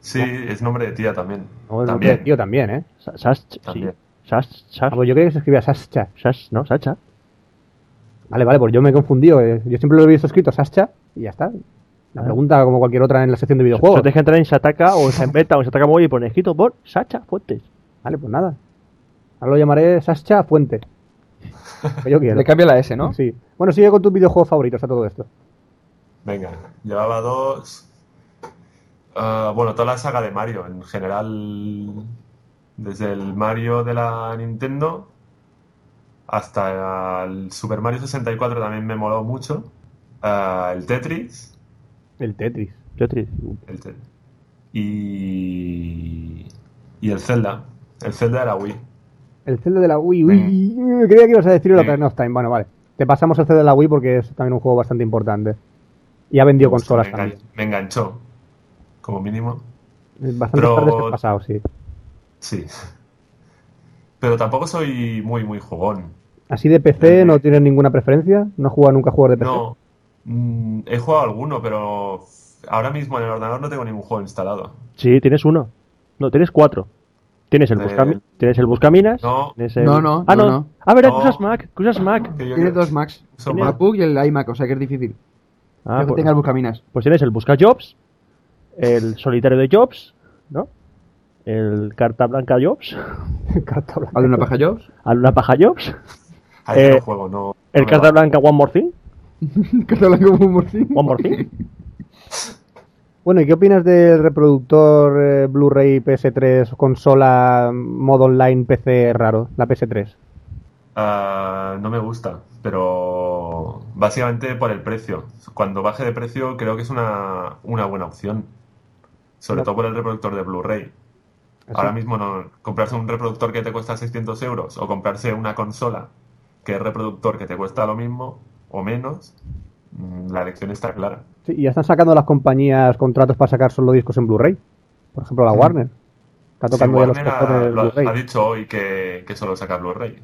Speaker 5: Sí, es nombre de tía también.
Speaker 3: No, es
Speaker 5: también.
Speaker 3: de tío también, ¿eh?
Speaker 2: Sa- Sash, sí.
Speaker 5: También.
Speaker 2: Sash,
Speaker 3: Ah,
Speaker 2: Sash,
Speaker 3: pues yo creía que se escribía Sascha.
Speaker 2: Sash, no, Sacha.
Speaker 3: Vale, vale, pues yo me he confundido. eh. Yo siempre lo he visto escrito Sascha y ya está. La pregunta como cualquier otra en la sección de videojuegos.
Speaker 2: Os deja entrar en Sataka o en Zambeta o en Sataka Móvil y pone escrito por Sacha Fuentes.
Speaker 3: Vale, pues nada. Ahora lo llamaré Sascha Fuente. Que yo quiero.
Speaker 12: Le cambia la S, ¿no?
Speaker 3: Sí. Bueno, sigue con tus videojuegos favoritos a todo esto.
Speaker 5: Venga, llevaba dos. Ah, bueno, toda la saga de Mario, en general. Desde el Mario de la Nintendo hasta el Super Mario 64 también me moló mucho. Ah, el Tetris.
Speaker 3: El Tetris.
Speaker 2: Yo te-
Speaker 5: El Tel- Y. Y el Zelda. El Zelda era Wii.
Speaker 3: El Zelda de la Wii. Uy, creía que ibas a decir el
Speaker 5: Sí.
Speaker 3: Ocarina of Time. Bueno, vale. Te pasamos el Zelda de la Wii porque es también un juego bastante importante. Y ha vendido consolas
Speaker 5: me, engan-
Speaker 3: también. Eh,
Speaker 5: me enganchó. Como mínimo.
Speaker 3: Bastantes
Speaker 5: Pero-
Speaker 3: tardes que has pasado, sí.
Speaker 5: Sí. Pero tampoco soy muy, muy jugón.
Speaker 3: Así de PC no tienes ninguna preferencia. No has jugado nunca a juegos de PC.
Speaker 5: No. Mm, he jugado alguno, pero ahora mismo en el ordenador no tengo ningún juego instalado.
Speaker 2: Sí, tienes uno. No, tienes cuatro. Tienes el,
Speaker 5: Eh,
Speaker 2: buscami- tienes el Buscaminas.
Speaker 5: No.
Speaker 2: tienes el-
Speaker 12: No, no,
Speaker 2: Ah,
Speaker 12: no,
Speaker 2: no.
Speaker 12: no.
Speaker 2: Ah, verdad,
Speaker 5: No.
Speaker 2: que usas Mac. que usas Mac.
Speaker 5: que yo
Speaker 12: Tiene
Speaker 5: creo-
Speaker 12: dos Macs.
Speaker 5: Uso
Speaker 12: El
Speaker 5: Mac.
Speaker 12: MacBook y el iMac, o sea que es difícil.
Speaker 2: Ah,
Speaker 12: que
Speaker 2: pues,
Speaker 12: tenga el buscaminas.
Speaker 2: pues tienes el Busca Jobs, el Solitario de Jobs, ¿no? El Carta Blanca Jobs,
Speaker 3: Carta blanca.
Speaker 12: ¿Al de una paja Jobs?
Speaker 2: Alguna Paja Jobs,
Speaker 5: Ahí no
Speaker 2: Eh,
Speaker 5: juego, no.
Speaker 2: el
Speaker 5: no me
Speaker 2: Carta
Speaker 5: va.
Speaker 2: Blanca One More Thing,
Speaker 12: Que te habla como un morcín.
Speaker 2: One More Thing.
Speaker 3: Bueno, ¿y qué opinas del reproductor eh, Blu-ray PS3 consola modo online PC raro, la PS3?
Speaker 5: Ah, no me gusta, pero básicamente por el precio. Cuando baje de precio creo que es una, una buena opción. Sobre
Speaker 3: Claro.
Speaker 5: todo por el reproductor de Blu-ray. Ahora mismo no, comprarse un reproductor que te cuesta 600 euros o comprarse una consola que es reproductor que te cuesta lo mismo o menos, mm, la elección está clara.
Speaker 3: Sí, y ya están sacando las compañías contratos para sacar solo discos en Blu-ray. Por ejemplo, la Warner. Está
Speaker 5: Sí,
Speaker 3: tocando ya los
Speaker 5: Warner ha-
Speaker 3: cojones
Speaker 5: lo ha- ha,
Speaker 3: Blu-ray.
Speaker 5: dicho hoy que, que solo saca Blu-ray.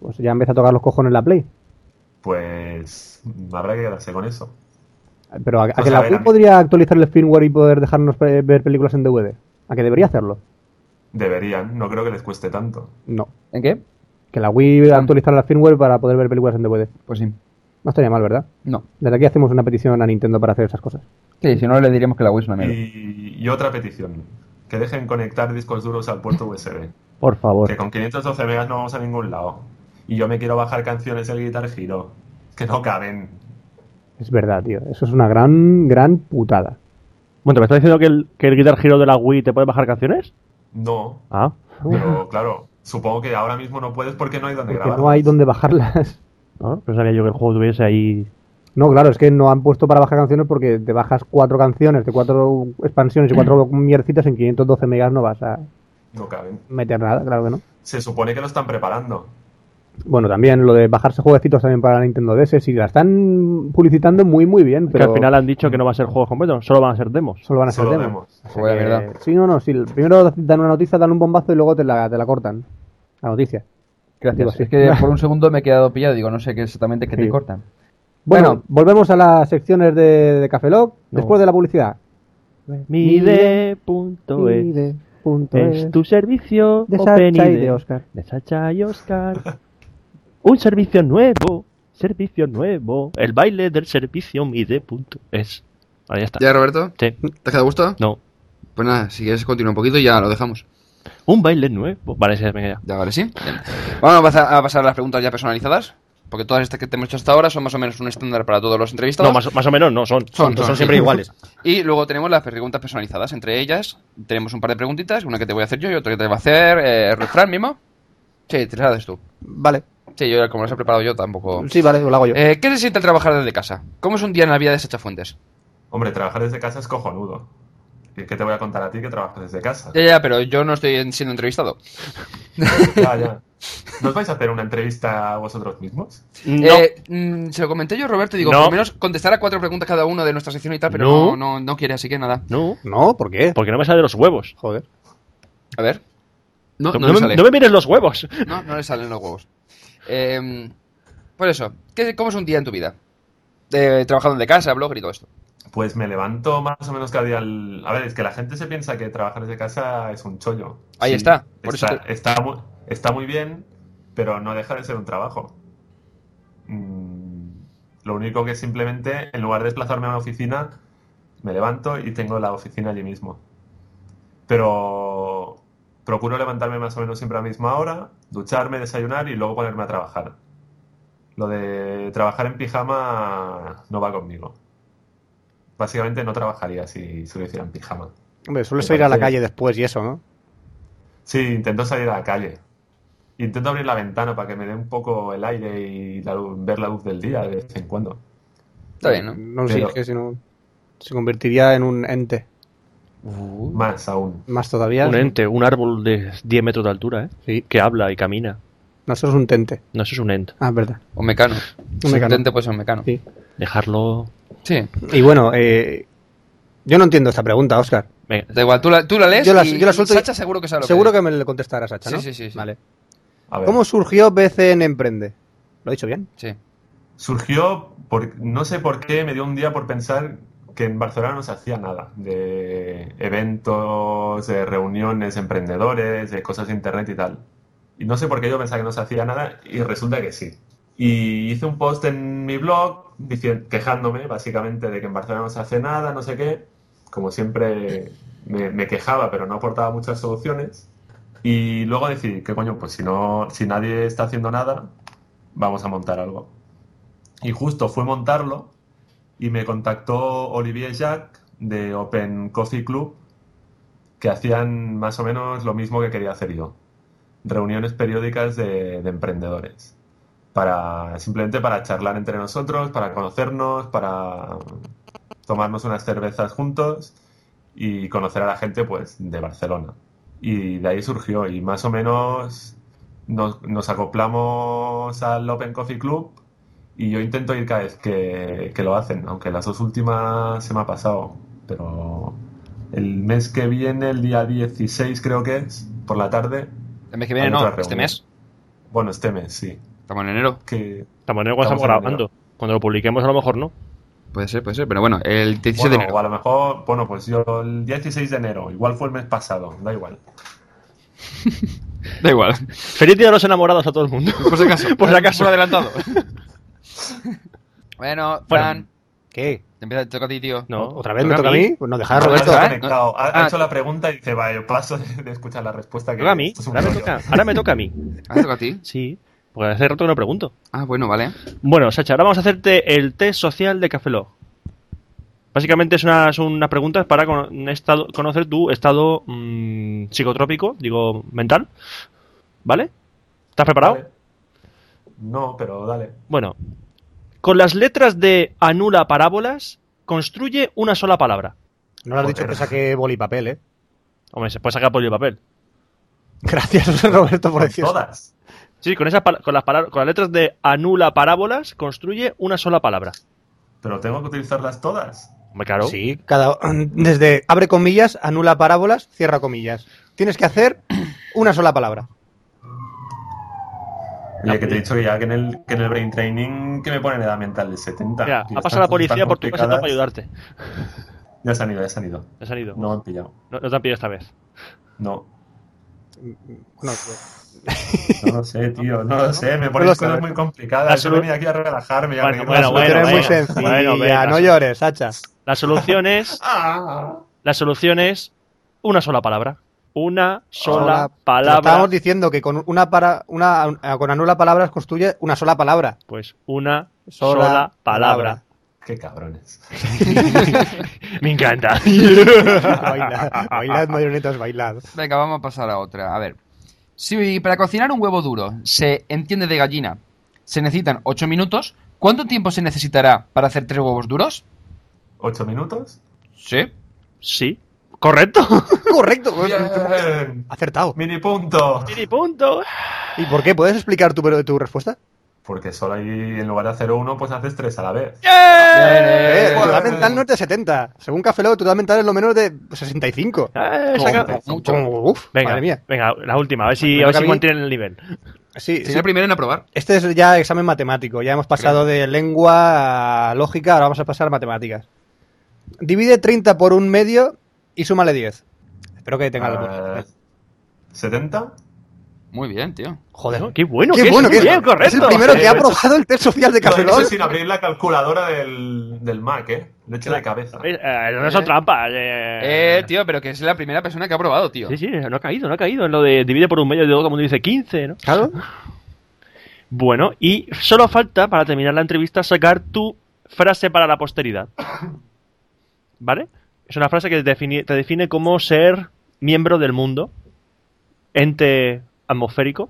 Speaker 3: Pues ya empieza a tocar los cojones la Play.
Speaker 5: Pues mm, habrá que quedarse con eso.
Speaker 3: Pero a, a
Speaker 5: Pues
Speaker 3: que
Speaker 5: a
Speaker 3: la
Speaker 5: ver,
Speaker 3: Play
Speaker 5: a mí-
Speaker 3: podría actualizar el firmware y poder dejarnos pe- ver películas en DVD. A que debería hacerlo.
Speaker 5: Deberían, no creo que les cueste tanto.
Speaker 3: No.
Speaker 12: ¿En qué?
Speaker 3: Que la Wii actualizara la firmware para poder ver películas en DVD.
Speaker 12: Pues sí.
Speaker 3: No estaría mal, ¿verdad?
Speaker 12: No.
Speaker 3: Desde aquí hacemos una petición a Nintendo para hacer esas cosas.
Speaker 12: Sí, si no le diríamos que la Wii es una mierda.
Speaker 5: Y, y otra petición, que dejen conectar discos duros al puerto USB,
Speaker 2: Por favor.
Speaker 5: que con 512 megas no vamos a ningún lado. Y yo me quiero bajar canciones del Guitar Hero, que no caben.
Speaker 3: Es verdad, tío. Eso es una gran, gran putada.
Speaker 2: Bueno, ¿me estás diciendo que el, que el Guitar Hero de la Wii te puede bajar canciones?
Speaker 5: No,
Speaker 2: Ah,
Speaker 5: pero claro, supongo que ahora mismo no puedes porque no hay donde
Speaker 3: Porque
Speaker 5: grabar.
Speaker 3: no hay dónde bajarlas.
Speaker 2: no, pensaría yo que el juego tuviese ahí.
Speaker 3: No, claro, es que no han puesto para bajar canciones porque te bajas cuatro canciones, de cuatro expansiones y cuatro miercitas en 512 megas no vas a
Speaker 5: No caben.
Speaker 3: meter nada, claro que no.
Speaker 5: Se supone que lo están preparando.
Speaker 3: Bueno, también lo de bajarse jueguecitos también para la Nintendo DS, sí, la están publicitando muy, muy bien,
Speaker 2: Que
Speaker 3: pero
Speaker 2: al final han dicho que no va a ser juegos completos, solo van a ser demos.
Speaker 3: solo van a ser
Speaker 5: Solo
Speaker 3: demos.
Speaker 5: demos.
Speaker 3: O sea
Speaker 4: Joder,
Speaker 3: que-
Speaker 4: la verdad.
Speaker 3: Sí, no, no, sí, primero dan una noticia, dan un bombazo y luego te la, te la cortan. La noticia.
Speaker 12: Gracias.
Speaker 3: Digo, sí.
Speaker 12: Es que por un segundo me he quedado pillado. Digo, no sé qué exactamente que
Speaker 3: Sí.
Speaker 12: te cortan.
Speaker 3: Bueno,
Speaker 12: Bueno.
Speaker 3: volvemos a las secciones de, de Café Lock
Speaker 2: No.
Speaker 3: después de la publicidad.
Speaker 2: Mide.es
Speaker 3: Mide punto
Speaker 2: es
Speaker 3: es.
Speaker 2: tu servicio
Speaker 3: de Sacha
Speaker 2: Open
Speaker 3: y
Speaker 2: ID.
Speaker 3: de Oscar.
Speaker 2: de Sacha y Oscar. Un servicio nuevo, servicio nuevo. El baile del servicio mide.es. Ahora ya está.
Speaker 4: ¿Ya, Roberto?
Speaker 2: Sí.
Speaker 4: ¿Te has quedado gusto?
Speaker 2: No.
Speaker 4: Pues nada, si quieres continuar un poquito y ya lo dejamos.
Speaker 2: Un baile nuevo. Vale, sí, me queda.
Speaker 4: Ya, vale, sí. Bien. Vamos a pasar- a pasar a las preguntas ya personalizadas, porque todas estas que te hemos hecho hasta ahora son más o menos un estándar para todos los entrevistados.
Speaker 2: No, más, más o menos no, son,
Speaker 4: Son,
Speaker 2: son,
Speaker 4: son,
Speaker 2: son
Speaker 4: sí.
Speaker 2: siempre iguales.
Speaker 4: Y luego tenemos las preguntas personalizadas. Entre ellas tenemos un par de preguntitas, una que te voy a hacer yo y otra que te va a hacer eh, Refrán mismo. Sí, te las haces tú.
Speaker 6: Vale.
Speaker 4: Sí, yo como las he preparado yo tampoco.
Speaker 6: Sí, vale, lo hago yo.
Speaker 4: Eh, ¿Qué se siente al trabajar desde casa? ¿Cómo es un día en la vida de Sacha Fuentes?
Speaker 5: Hombre, trabajar desde casa es cojonudo. ¿Y ¿Qué te voy a contar a ti que trabajas desde casa?
Speaker 4: Ya, ya, pero yo no estoy en- siendo entrevistado.
Speaker 5: Ya, ya. ¿Nos vais a hacer una entrevista a vosotros mismos?
Speaker 2: No.
Speaker 4: Eh, mm, se lo comenté yo, Roberto, y digo,
Speaker 2: No.
Speaker 4: por lo menos contestar a cuatro preguntas cada uno de nuestra sección y tal, pero
Speaker 2: No.
Speaker 4: no, no, no quiere, así que nada.
Speaker 2: no,
Speaker 3: No, ¿por qué?
Speaker 2: porque no me sale de los huevos.
Speaker 3: Joder.
Speaker 4: A ver. No,
Speaker 2: No,
Speaker 4: no, le
Speaker 2: me-
Speaker 4: sale.
Speaker 2: no me mires los huevos.
Speaker 4: No, no le salen los huevos. Eh, por eso, ¿qué, ¿cómo es un día en tu vida? Eh, trabajando de casa, blogger y todo esto.
Speaker 5: Pues me levanto más o menos cada día. al- A ver, es que la gente se piensa que trabajar desde casa es un chollo.
Speaker 4: Ahí está, por
Speaker 5: Está,
Speaker 4: eso te-
Speaker 5: está, mu- está muy bien, pero no deja de ser un trabajo. Mm, Lo único que simplemente, en lugar de desplazarme a una oficina, me levanto y tengo la oficina allí mismo. Pero procuro levantarme más o menos siempre a la misma hora, ducharme, desayunar y luego ponerme a trabajar. Lo de trabajar en pijama no va conmigo. Básicamente no trabajaría si se lo hiciera en pijama.
Speaker 3: Hombre, sueles
Speaker 5: Me
Speaker 3: ir a la
Speaker 5: parece-
Speaker 3: calle después y eso, ¿no?
Speaker 5: Sí, intento salir a la calle. Intento abrir la ventana para que me dé un poco el aire y la luz- ver la luz del día de vez en cuando.
Speaker 4: Está bien, ¿no?
Speaker 3: No sé,
Speaker 5: Pero-
Speaker 3: es que si no se convertiría en un ente.
Speaker 5: Más aún.
Speaker 3: Más todavía.
Speaker 2: Un ente, un árbol de 10 metros de altura, ¿eh?
Speaker 3: Sí.
Speaker 2: Que habla y camina.
Speaker 3: No, eso es un tente.
Speaker 2: No, eso es un ente.
Speaker 3: Ah, es verdad.
Speaker 4: O mecano. Si
Speaker 3: mecano.
Speaker 4: intente, puede ser un mecano.
Speaker 3: Sí.
Speaker 4: Sí.
Speaker 2: Dejarlo.
Speaker 3: Y bueno, eh, yo no entiendo esta pregunta, Oscar.
Speaker 2: Venga,
Speaker 4: Da igual, tú la, tú la lees
Speaker 3: Yo la-
Speaker 4: y,
Speaker 3: yo la suelto
Speaker 4: y
Speaker 3: y-
Speaker 4: Sacha seguro que sabe lo
Speaker 3: Seguro
Speaker 4: que,
Speaker 3: que me le contestarás, Sacha,
Speaker 4: Sí,
Speaker 3: ¿no?
Speaker 4: sí, sí, sí.
Speaker 3: Vale.
Speaker 5: A ver.
Speaker 3: ¿Cómo surgió BCN Emprende? ¿Lo he dicho bien?
Speaker 4: Sí.
Speaker 5: Surgió, por, no sé por qué, me dio un día por pensar que en Barcelona no se hacía nada de eventos, de reuniones, de emprendedores, de cosas de internet y tal. Y no sé por qué yo pensaba que no se hacía nada y resulta que sí. Y hice un post en mi blog dicien- quejándome básicamente de que en Barcelona no se hace nada, no sé qué. Como siempre me, me quejaba, pero no aportaba muchas soluciones. Y luego decidí, que coño, pues si, no, si nadie está haciendo nada, vamos a montar algo. Y justo fue montarlo y me contactó Olivier Jacques de Open Coffee Club, que hacían más o menos lo mismo que quería hacer yo. Reuniones periódicas de, de emprendedores. Para, simplemente para charlar entre nosotros, para conocernos, para tomarnos unas cervezas juntos y conocer a la gente pues de Barcelona. Y de ahí surgió y más o menos nos, nos acoplamos al Open Coffee Club y yo intento ir cada vez que, que lo hacen, aunque las dos últimas se me ha pasado. Pero el mes que viene, el día 16 creo que es, por la tarde.
Speaker 4: El mes que viene
Speaker 5: Hay
Speaker 4: no,
Speaker 5: otra
Speaker 4: este
Speaker 5: reunión.
Speaker 4: mes.
Speaker 5: Bueno, este mes, sí.
Speaker 4: Estamos en enero.
Speaker 5: Que,
Speaker 2: estamos, en el- cuando estamos
Speaker 5: Estamos en
Speaker 2: grabando. Cuando lo publiquemos, a lo mejor no.
Speaker 4: Puede ser, puede ser, pero bueno, el 16 de
Speaker 5: bueno,
Speaker 4: enero.
Speaker 5: o a lo mejor, bueno, pues yo el día 16 de enero, igual fue el mes pasado, da igual.
Speaker 4: Da igual.
Speaker 2: Feliz día de los enamorados a todo el mundo.
Speaker 4: Por si acaso.
Speaker 2: Por si acaso.
Speaker 4: Por adelantado. bueno, Fran,
Speaker 3: ¿Qué?
Speaker 4: te empieza, te toca a ti, tío.
Speaker 2: No,
Speaker 3: ¿Otra vez me toca a mí? Pues no, dejar a
Speaker 5: No, no
Speaker 3: Roberto.
Speaker 5: está
Speaker 4: ¿eh?
Speaker 5: conectado. Ha, ha
Speaker 4: Ah.
Speaker 5: hecho la pregunta y dice, vaya, paso de, de escuchar la respuesta.
Speaker 2: Me
Speaker 5: Que
Speaker 2: toca a mí.
Speaker 5: esto es un
Speaker 2: Ahora me
Speaker 5: rollo".
Speaker 2: toca, ahora me toca a mí.
Speaker 4: Ah, te toca a ti.
Speaker 2: Sí. Porque hace rato que no pregunto.
Speaker 4: Ah, bueno, vale.
Speaker 2: Bueno, Sacha, ahora vamos a hacerte el test social de Café Lock. Básicamente es unas, unas preguntas para con- estado- conocer tu estado mm, psicotrópico, digo, mental. ¿Vale? ¿Estás preparado?
Speaker 5: Vale. No, pero dale.
Speaker 2: Bueno, con las letras de anula parábolas, construye una sola palabra.
Speaker 3: No le has
Speaker 5: Joder.
Speaker 3: dicho que saque boli y papel, ¿eh?
Speaker 2: Hombre, se puede sacar pollo y papel.
Speaker 3: Gracias, Roberto, por decir eso.
Speaker 5: Todas.
Speaker 2: Sí, con, esas pala- con, las pala- con las letras de anula parábolas, construye una sola palabra.
Speaker 5: Pero tengo que utilizarlas todas.
Speaker 2: Hombre, claro.
Speaker 3: Sí, cada, desde abre comillas, anula parábolas, cierra comillas. Tienes que hacer una sola palabra.
Speaker 5: Oye, que te he dicho que ya que en el, que en el brain training que me ponen edad mental de 70.
Speaker 2: Mira,
Speaker 5: Y
Speaker 2: ha pasado la
Speaker 5: estas cosas tan
Speaker 2: policía por tu casa
Speaker 5: complicadas-
Speaker 2: para ayudarte.
Speaker 5: Ya se han ido, ya se han ido.
Speaker 2: Te has ido.
Speaker 5: No me han pillado.
Speaker 2: No, no te han pillado esta vez.
Speaker 5: No.
Speaker 3: Bueno,
Speaker 5: No lo sé, tío. No lo sé. Me pones
Speaker 3: lo sé,
Speaker 5: cosas
Speaker 3: Alberto.
Speaker 5: muy complicadas. Yo
Speaker 2: Absolut-
Speaker 5: venía aquí a relajarme. y a
Speaker 2: Bueno,
Speaker 5: reírme.
Speaker 2: bueno,
Speaker 3: la solución
Speaker 2: bueno,
Speaker 3: es muy
Speaker 2: bueno.
Speaker 3: sencilla,
Speaker 2: Bueno, venga.
Speaker 3: no llores, Sacha.
Speaker 2: La solución es.
Speaker 5: Ah,
Speaker 2: La solución es una sola palabra. Una sola
Speaker 3: Ahora, pero
Speaker 2: palabra.
Speaker 3: Estábamos diciendo que con una para una eh, con anula palabras construye una sola palabra.
Speaker 2: Pues una
Speaker 3: Sola
Speaker 2: sola, palabra.
Speaker 5: qué cabrones.
Speaker 2: Me encanta.
Speaker 3: bailad, bailad, marionetas, bailad.
Speaker 4: Venga, vamos a pasar a otra. A ver. Si para cocinar un huevo duro se entiende de gallina, se necesitan 8 minutos, ¿cuánto tiempo se necesitará para hacer tres huevos duros?
Speaker 5: ¿Ocho minutos?
Speaker 4: Sí.
Speaker 2: sí. Correcto.
Speaker 3: Correcto.
Speaker 5: Bien.
Speaker 3: Acertado.
Speaker 5: Mini punto.
Speaker 2: Mini punto.
Speaker 3: ¿Y por qué? ¿Puedes explicar tu, pero- tu respuesta?
Speaker 5: Porque solo hay, en lugar de hacer uno, pues haces tres a la vez.
Speaker 3: Eh, tu edad
Speaker 5: eh.
Speaker 3: mental no es de 70. Según Café Lock, tu edad mental es lo menos de 65.
Speaker 2: Eh, saca-
Speaker 3: Uf,
Speaker 2: Venga,
Speaker 3: madre mía.
Speaker 2: venga, la última, a ver si,
Speaker 3: Bueno,
Speaker 2: a ver si
Speaker 3: Gaby.
Speaker 2: mantienen el nivel.
Speaker 3: Sí,
Speaker 13: Sería
Speaker 3: sí.
Speaker 13: el primero en aprobar.
Speaker 3: Este es ya examen matemático. Ya hemos pasado de lengua a lógica, ahora vamos a pasar a matemáticas. Divide 30 por un medio y súmale 10. Espero que tenga algo.
Speaker 5: Eh, ¿70?
Speaker 13: Muy bien, tío.
Speaker 3: Joder.
Speaker 2: No, Qué bueno,
Speaker 3: Qué
Speaker 2: que es,
Speaker 3: bueno
Speaker 2: muy
Speaker 3: que
Speaker 2: bien,
Speaker 3: es.
Speaker 2: correcto.
Speaker 3: Es el primero que ha
Speaker 2: Eh,
Speaker 3: aprobado el test social de Café
Speaker 5: Lo he hecho
Speaker 3: Lock.
Speaker 5: sin abrir la calculadora del, del Mac, ¿eh? Lo he hecho de cabeza.
Speaker 2: eh, no son
Speaker 13: Eh.
Speaker 2: trampas. Eh.
Speaker 13: Eh, tío, pero que es la primera persona que ha aprobado, tío.
Speaker 2: Sí, sí, no ha caído, no ha caído. En lo de divide por un medio, de todo el mundo dice 15, ¿no?
Speaker 3: Claro.
Speaker 2: Bueno, y solo falta, para terminar la entrevista, sacar tu frase para la posteridad. ¿Vale? Es una frase que defini- te define como ser miembro del mundo, ente atmosférico.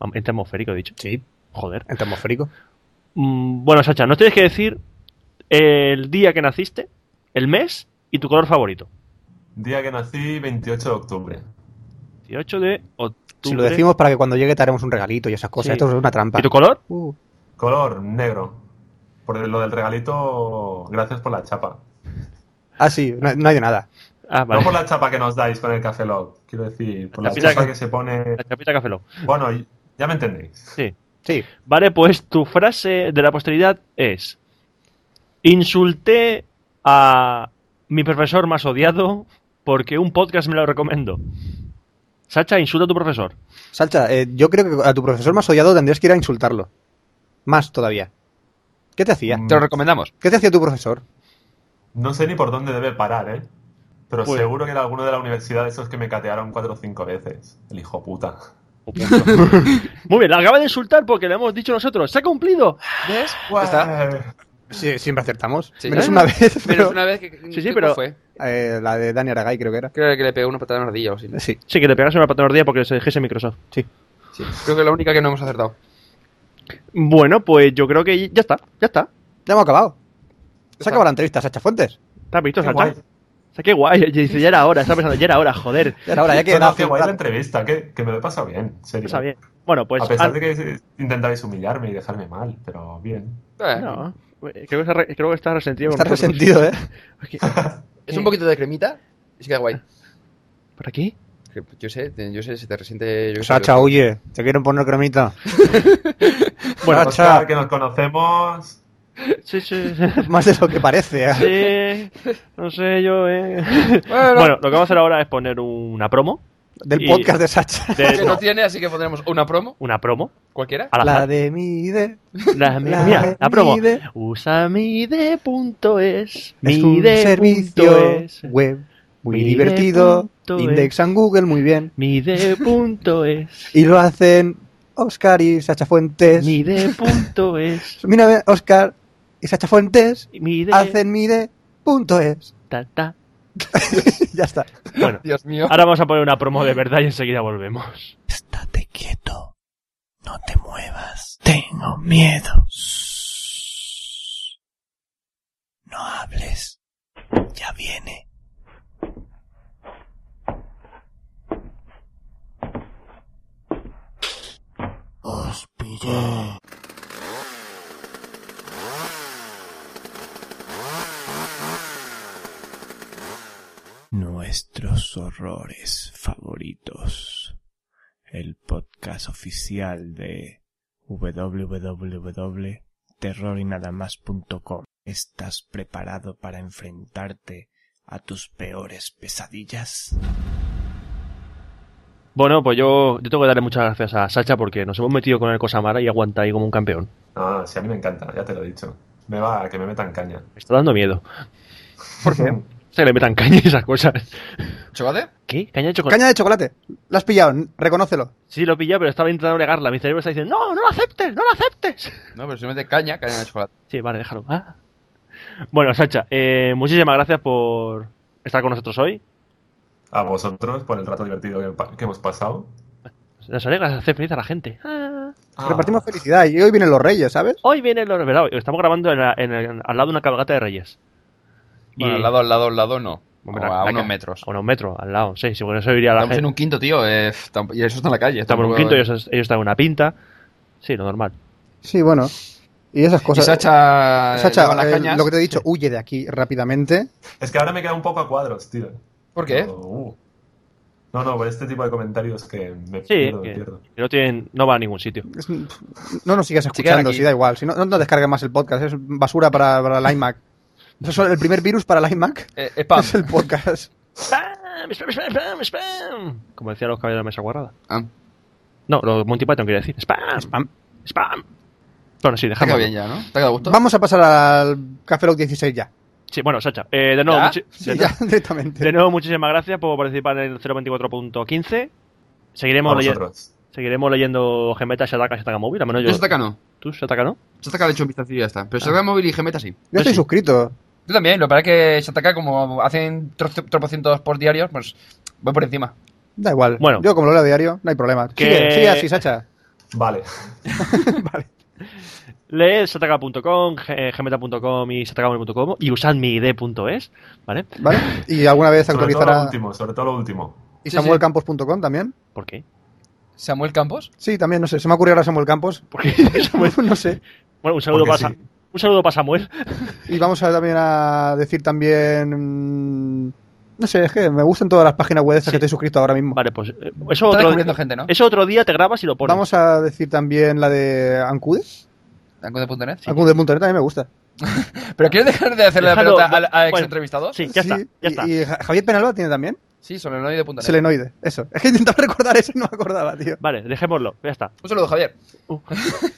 Speaker 2: Am- Ente atmosférico, he dicho.
Speaker 3: Sí,
Speaker 2: Joder.
Speaker 3: en atmosférico.
Speaker 2: Mm, bueno, Sacha, nos tienes que decir el día que naciste, el mes y tu color favorito.
Speaker 5: Día que nací, 28 de octubre.
Speaker 2: 18 de octubre.
Speaker 3: Si lo decimos para que cuando llegue te haremos un regalito y esas cosas.
Speaker 2: Sí.
Speaker 3: Esto es una trampa.
Speaker 2: ¿Y tu color?
Speaker 3: Uh,
Speaker 5: Color negro. Por lo del regalito, gracias por la chapa.
Speaker 3: Ah, sí, no, no hay de nada.
Speaker 2: Ah,
Speaker 5: No
Speaker 2: vale.
Speaker 5: por la chapa que nos dais con el Café Lock, quiero decir, por
Speaker 2: La
Speaker 5: la
Speaker 2: chapita
Speaker 5: chapa
Speaker 2: que-
Speaker 5: que se pone...
Speaker 2: La chapita Café Lock.
Speaker 5: Bueno, y- ya me entendéis.
Speaker 2: Sí.
Speaker 3: Sí.
Speaker 2: Vale, pues tu frase de la posteridad es: Insulté a mi profesor más odiado porque un podcast me lo recomendó. Sacha, insulta a tu profesor.
Speaker 3: Salcha, eh, yo creo que a tu profesor más odiado tendrías que ir a insultarlo. Más todavía. ¿Qué te hacía?
Speaker 5: Mm,
Speaker 13: Te lo recomendamos.
Speaker 3: ¿Qué te hacía tu profesor?
Speaker 5: No sé ni por dónde debe parar, ¿eh? Pero
Speaker 2: Pues-
Speaker 5: seguro que era alguno de la universidad de esos que me catearon cuatro o cinco veces. El hijo puta.
Speaker 2: O punto. Muy bien, la acaba de insultar porque le hemos dicho nosotros. ¡Se ha cumplido!
Speaker 13: ¿Ves? Ya está.
Speaker 5: Eh,
Speaker 3: Sí, siempre acertamos.
Speaker 13: Sí.
Speaker 3: Menos una vez.
Speaker 13: Menos
Speaker 3: pero-
Speaker 13: una vez que.
Speaker 2: sí,
Speaker 13: ¿qué
Speaker 2: pero-
Speaker 13: fue?
Speaker 3: Eh, la de Dani Aragay, creo que era.
Speaker 13: Creo que le pegó una patada en la ardilla o así.
Speaker 3: Sí.
Speaker 2: Sí, que le pegase una patanordía porque se dejese Microsoft.
Speaker 13: Sí. Creo que es la única que no hemos acertado.
Speaker 2: Bueno, pues yo creo que ya está, ya está.
Speaker 3: Ya hemos acabado. Se ha acabado la entrevista, Sacha Fuentes.
Speaker 2: ¿Te has visto,
Speaker 5: Qué
Speaker 2: Sacha?
Speaker 5: guay.
Speaker 2: O sea, qué guay. Y Dice, ya era hora, estaba pensando, ya era hora, joder.
Speaker 3: Ya era hora, ya que
Speaker 5: No, no, qué guay la entrevista, que, que me lo he pasado bien, en serio.
Speaker 2: Está bien. Bueno, pues.
Speaker 5: a pesar
Speaker 2: an-
Speaker 5: de que intentabais humillarme y dejarme mal, pero bien.
Speaker 13: Eh,
Speaker 2: No, eh, creo que, se re- creo que está resentido.
Speaker 3: Está
Speaker 2: con nosotros.
Speaker 3: resentido, ¿eh?
Speaker 13: Es un poquito de cremita. Es que guay.
Speaker 2: ¿Por aquí?
Speaker 13: Que- Eh, Yo sé, te- yo sé, se te resiente. Yo qué sé,
Speaker 3: Sacha,
Speaker 13: yo-
Speaker 3: oye, te quieren poner cremita.
Speaker 5: Bueno, pues
Speaker 3: Sacha,
Speaker 5: que nos conocemos.
Speaker 2: Sí, sí.
Speaker 3: más de lo que parece. ¿eh?
Speaker 2: Sí, no sé yo, eh. Bueno, lo que vamos a hacer ahora es poner una promo.
Speaker 3: Del
Speaker 2: Y-
Speaker 3: podcast de Sacha.
Speaker 2: de-
Speaker 13: Que
Speaker 2: no,
Speaker 13: no tiene, así que pondremos una promo,
Speaker 2: una promo.
Speaker 13: cualquiera.
Speaker 2: al
Speaker 3: La
Speaker 2: azar.
Speaker 3: de mi de.
Speaker 2: La- mira,
Speaker 3: la
Speaker 2: mira,
Speaker 3: de
Speaker 2: la promo.
Speaker 3: Mide.
Speaker 2: Usa mide.es.
Speaker 3: Es un servicio
Speaker 2: Mide.es.
Speaker 3: web muy
Speaker 2: Mide
Speaker 3: divertido.
Speaker 2: punto es.
Speaker 3: Indexan Google muy bien.
Speaker 2: Mide.es.
Speaker 3: Y lo hacen Oscar y Sacha Fuentes.
Speaker 2: Mide.es.
Speaker 3: Pues Mira, Oscar y Sacha Fuentes
Speaker 2: Mide.
Speaker 3: hacen mide.es.
Speaker 2: ta, ta.
Speaker 3: ya está.
Speaker 2: Bueno,
Speaker 13: Dios mío.
Speaker 2: ahora vamos a poner una promo de verdad y enseguida volvemos.
Speaker 6: Estate quieto. No te muevas. Tengo miedo. Shh. No hables. Ya viene. Os pillé. Nuestros horrores favoritos el podcast oficial de www.terrorinadamas.com. ¿Estás preparado para enfrentarte a tus peores pesadillas?
Speaker 2: Bueno, pues yo, yo tengo que darle muchas gracias a Sacha porque nos hemos metido con el cosa mala y aguanta ahí como un campeón.
Speaker 5: No, no, sí, a mí me encanta, ya te lo he dicho. Me va a que me metan caña.
Speaker 2: Me está dando miedo. Se le metan caña y esas cosas.
Speaker 13: ¿Chocolate?
Speaker 2: ¿Qué? ¿Caña de chocolate?
Speaker 3: Caña de chocolate. Lo has pillado, n- reconócelo.
Speaker 2: Sí, lo pillé, pero estaba intentando negarla. Mi cerebro está diciendo, no, no lo aceptes, no lo aceptes.
Speaker 13: No, pero si no es de caña, caña de chocolate.
Speaker 2: Sí, vale, déjalo. Ah. Bueno, Sacha, eh, muchísimas gracias por estar con nosotros hoy.
Speaker 5: A vosotros por el rato divertido que, pa- que hemos pasado.
Speaker 2: Nos alegras hacer feliz a la gente. Ah.
Speaker 5: Ah,
Speaker 3: Repartimos felicidad y hoy vienen los reyes, ¿sabes?
Speaker 2: Hoy viene el verdad, hoy Estamos grabando en la- en el- al lado de una cabalgata de reyes.
Speaker 13: Bueno, al lado, al lado, al lado no.
Speaker 2: Hombre,
Speaker 4: a
Speaker 2: la
Speaker 4: unos
Speaker 2: ca-
Speaker 4: metros.
Speaker 2: A unos metros, al lado, sí, sí, porque eso iría a la
Speaker 4: Estamos
Speaker 2: gente.
Speaker 4: en un quinto, tío. eh, tam- y eso está en la calle.
Speaker 2: Estamos en un
Speaker 4: tampoco-
Speaker 2: quinto, ellos, ellos están en una pinta. Sí, lo normal.
Speaker 3: Sí, bueno. Y esas
Speaker 4: Y
Speaker 3: cosas.
Speaker 4: Sacha,
Speaker 3: Sacha,
Speaker 4: lleva las
Speaker 3: eh,
Speaker 4: cañas.
Speaker 3: lo que te he dicho, huye de aquí rápidamente.
Speaker 5: Es que ahora me queda un poco a cuadros, tío.
Speaker 4: ¿Por qué?
Speaker 5: Pero, uh. No, no, por este tipo de comentarios que me
Speaker 2: Sí,
Speaker 5: pierdo, me
Speaker 2: que,
Speaker 5: pierdo.
Speaker 2: que no, tienen, no va a ningún sitio.
Speaker 3: Es- No nos sigas escuchando,
Speaker 4: aquí.
Speaker 3: si da igual. Si no, no, no descargues más el podcast, es basura para, para el iMac. Eso es el primer virus para el iMac.
Speaker 4: Eh, spam.
Speaker 3: Es el podcast.
Speaker 2: ¡Spam! ¡Spam! ¡Spam! ¡Spam! ¡Spam! Como decían los caballos de la mesa guardada.
Speaker 4: Ah,
Speaker 2: No, los Monty Python quería decir. ¡Spam! ¡Spam! ¡Spam! Bueno, sí,
Speaker 4: te ha quedado
Speaker 2: dejamos.
Speaker 4: bien ya, ¿no? ¿Te ha quedado a gusto?
Speaker 3: Vamos a pasar al Café Lock 16 ya.
Speaker 2: Sí, bueno, Sacha, eh, de, nuevo,
Speaker 4: ¿Ya?
Speaker 2: muchi-
Speaker 3: Sí,
Speaker 2: de,
Speaker 3: ya,
Speaker 2: nuevo- de
Speaker 3: directamente.
Speaker 2: nuevo, muchísimas gracias por participar en el 024.15. Seguiremos,
Speaker 5: A
Speaker 2: leye-
Speaker 5: vosotros.
Speaker 2: seguiremos leyendo Gemeta, Shataka, Shataka Móvil. Al menos yo. Ah.
Speaker 4: Yo Sataka no.
Speaker 2: ¿Tú, Shataka, no?
Speaker 4: Sataka le he hecho un vistazo y ya está. Pero Sataka móvil y Gemeta sí.
Speaker 3: Yo estoy
Speaker 2: sí.
Speaker 3: suscrito.
Speaker 4: Yo también, lo que pasa es que Sataka, como hacen tro- tropocientos post diarios, pues voy por encima.
Speaker 3: Da igual.
Speaker 2: Bueno.
Speaker 3: Yo como lo leo a diario, no hay problema.
Speaker 2: Que-
Speaker 3: Sigue, sigue así, Sacha.
Speaker 5: Vale.
Speaker 2: Leed sataka.com, eh, gemeta.com y sataka.com y usad mi ID.es, ¿vale?
Speaker 3: ¿Vale? Y alguna vez
Speaker 5: Sobre todo lo
Speaker 3: actualizará.
Speaker 5: último, sobre todo lo último.
Speaker 3: Y
Speaker 4: Sí,
Speaker 3: samuelcampos.com también.
Speaker 2: ¿Por qué?
Speaker 4: Samuel Campos.
Speaker 3: Sí, también, no sé. Se me ha ocurrido ahora Samuel Campos.
Speaker 2: Porque- Pues-
Speaker 3: no sé.
Speaker 2: Bueno, un saludo,
Speaker 5: Porque
Speaker 2: para,
Speaker 5: sí.
Speaker 2: Sa- un saludo para Samuel.
Speaker 3: Y vamos a también a decir también. mm, No sé, es que me gustan todas las páginas web esas
Speaker 2: Sí.
Speaker 3: que estoy suscrito ahora mismo.
Speaker 2: Vale, pues eh, eso
Speaker 4: Está
Speaker 2: otro,
Speaker 4: descubriendo gente, ¿no?
Speaker 2: eso otro día te grabas y lo pones.
Speaker 3: Vamos a decir también la de Ancude.
Speaker 4: Ancude.net.
Speaker 2: Ah.
Speaker 3: Ancude.net también me gusta.
Speaker 4: Pero ¿quieres dejar de hacerle la
Speaker 2: Déjalo,
Speaker 4: pelota
Speaker 2: bueno,
Speaker 4: a, a ex
Speaker 2: bueno.
Speaker 4: entrevistados?
Speaker 2: Sí, ya
Speaker 3: Sí,
Speaker 2: está, ya
Speaker 3: y-
Speaker 2: está.
Speaker 3: Y, Ja- Javier Penalba tiene también.
Speaker 4: Sí, sobre el noide.net.
Speaker 3: Selenoide. Eso. Es que intentaba recordar eso y no me acordaba, tío.
Speaker 2: Vale, dejémoslo, ya está.
Speaker 4: Un saludo, Javier.
Speaker 2: Uh,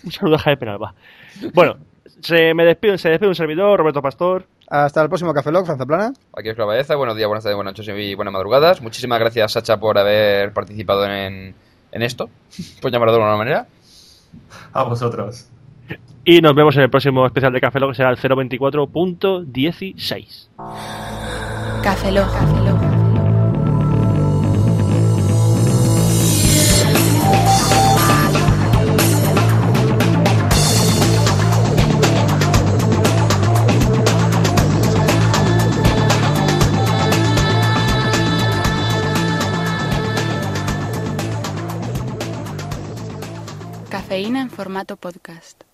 Speaker 2: un saludo a Javier Penalba. Bueno, se me despide, se despide un servidor, Roberto Pastor.
Speaker 3: Hasta el próximo Café Lock, Franza Plana.
Speaker 4: Aquí os Baeza, buenos días, buenas tardes, buenas noches y buenas madrugadas. Muchísimas gracias, Sacha, por haber participado en, en esto, por llamarlo de alguna manera.
Speaker 5: A vosotros.
Speaker 2: Y nos vemos en el próximo especial de Café Lock, que será el 024.16.
Speaker 7: Café Lock. Café Lock. Cafeína en formato podcast.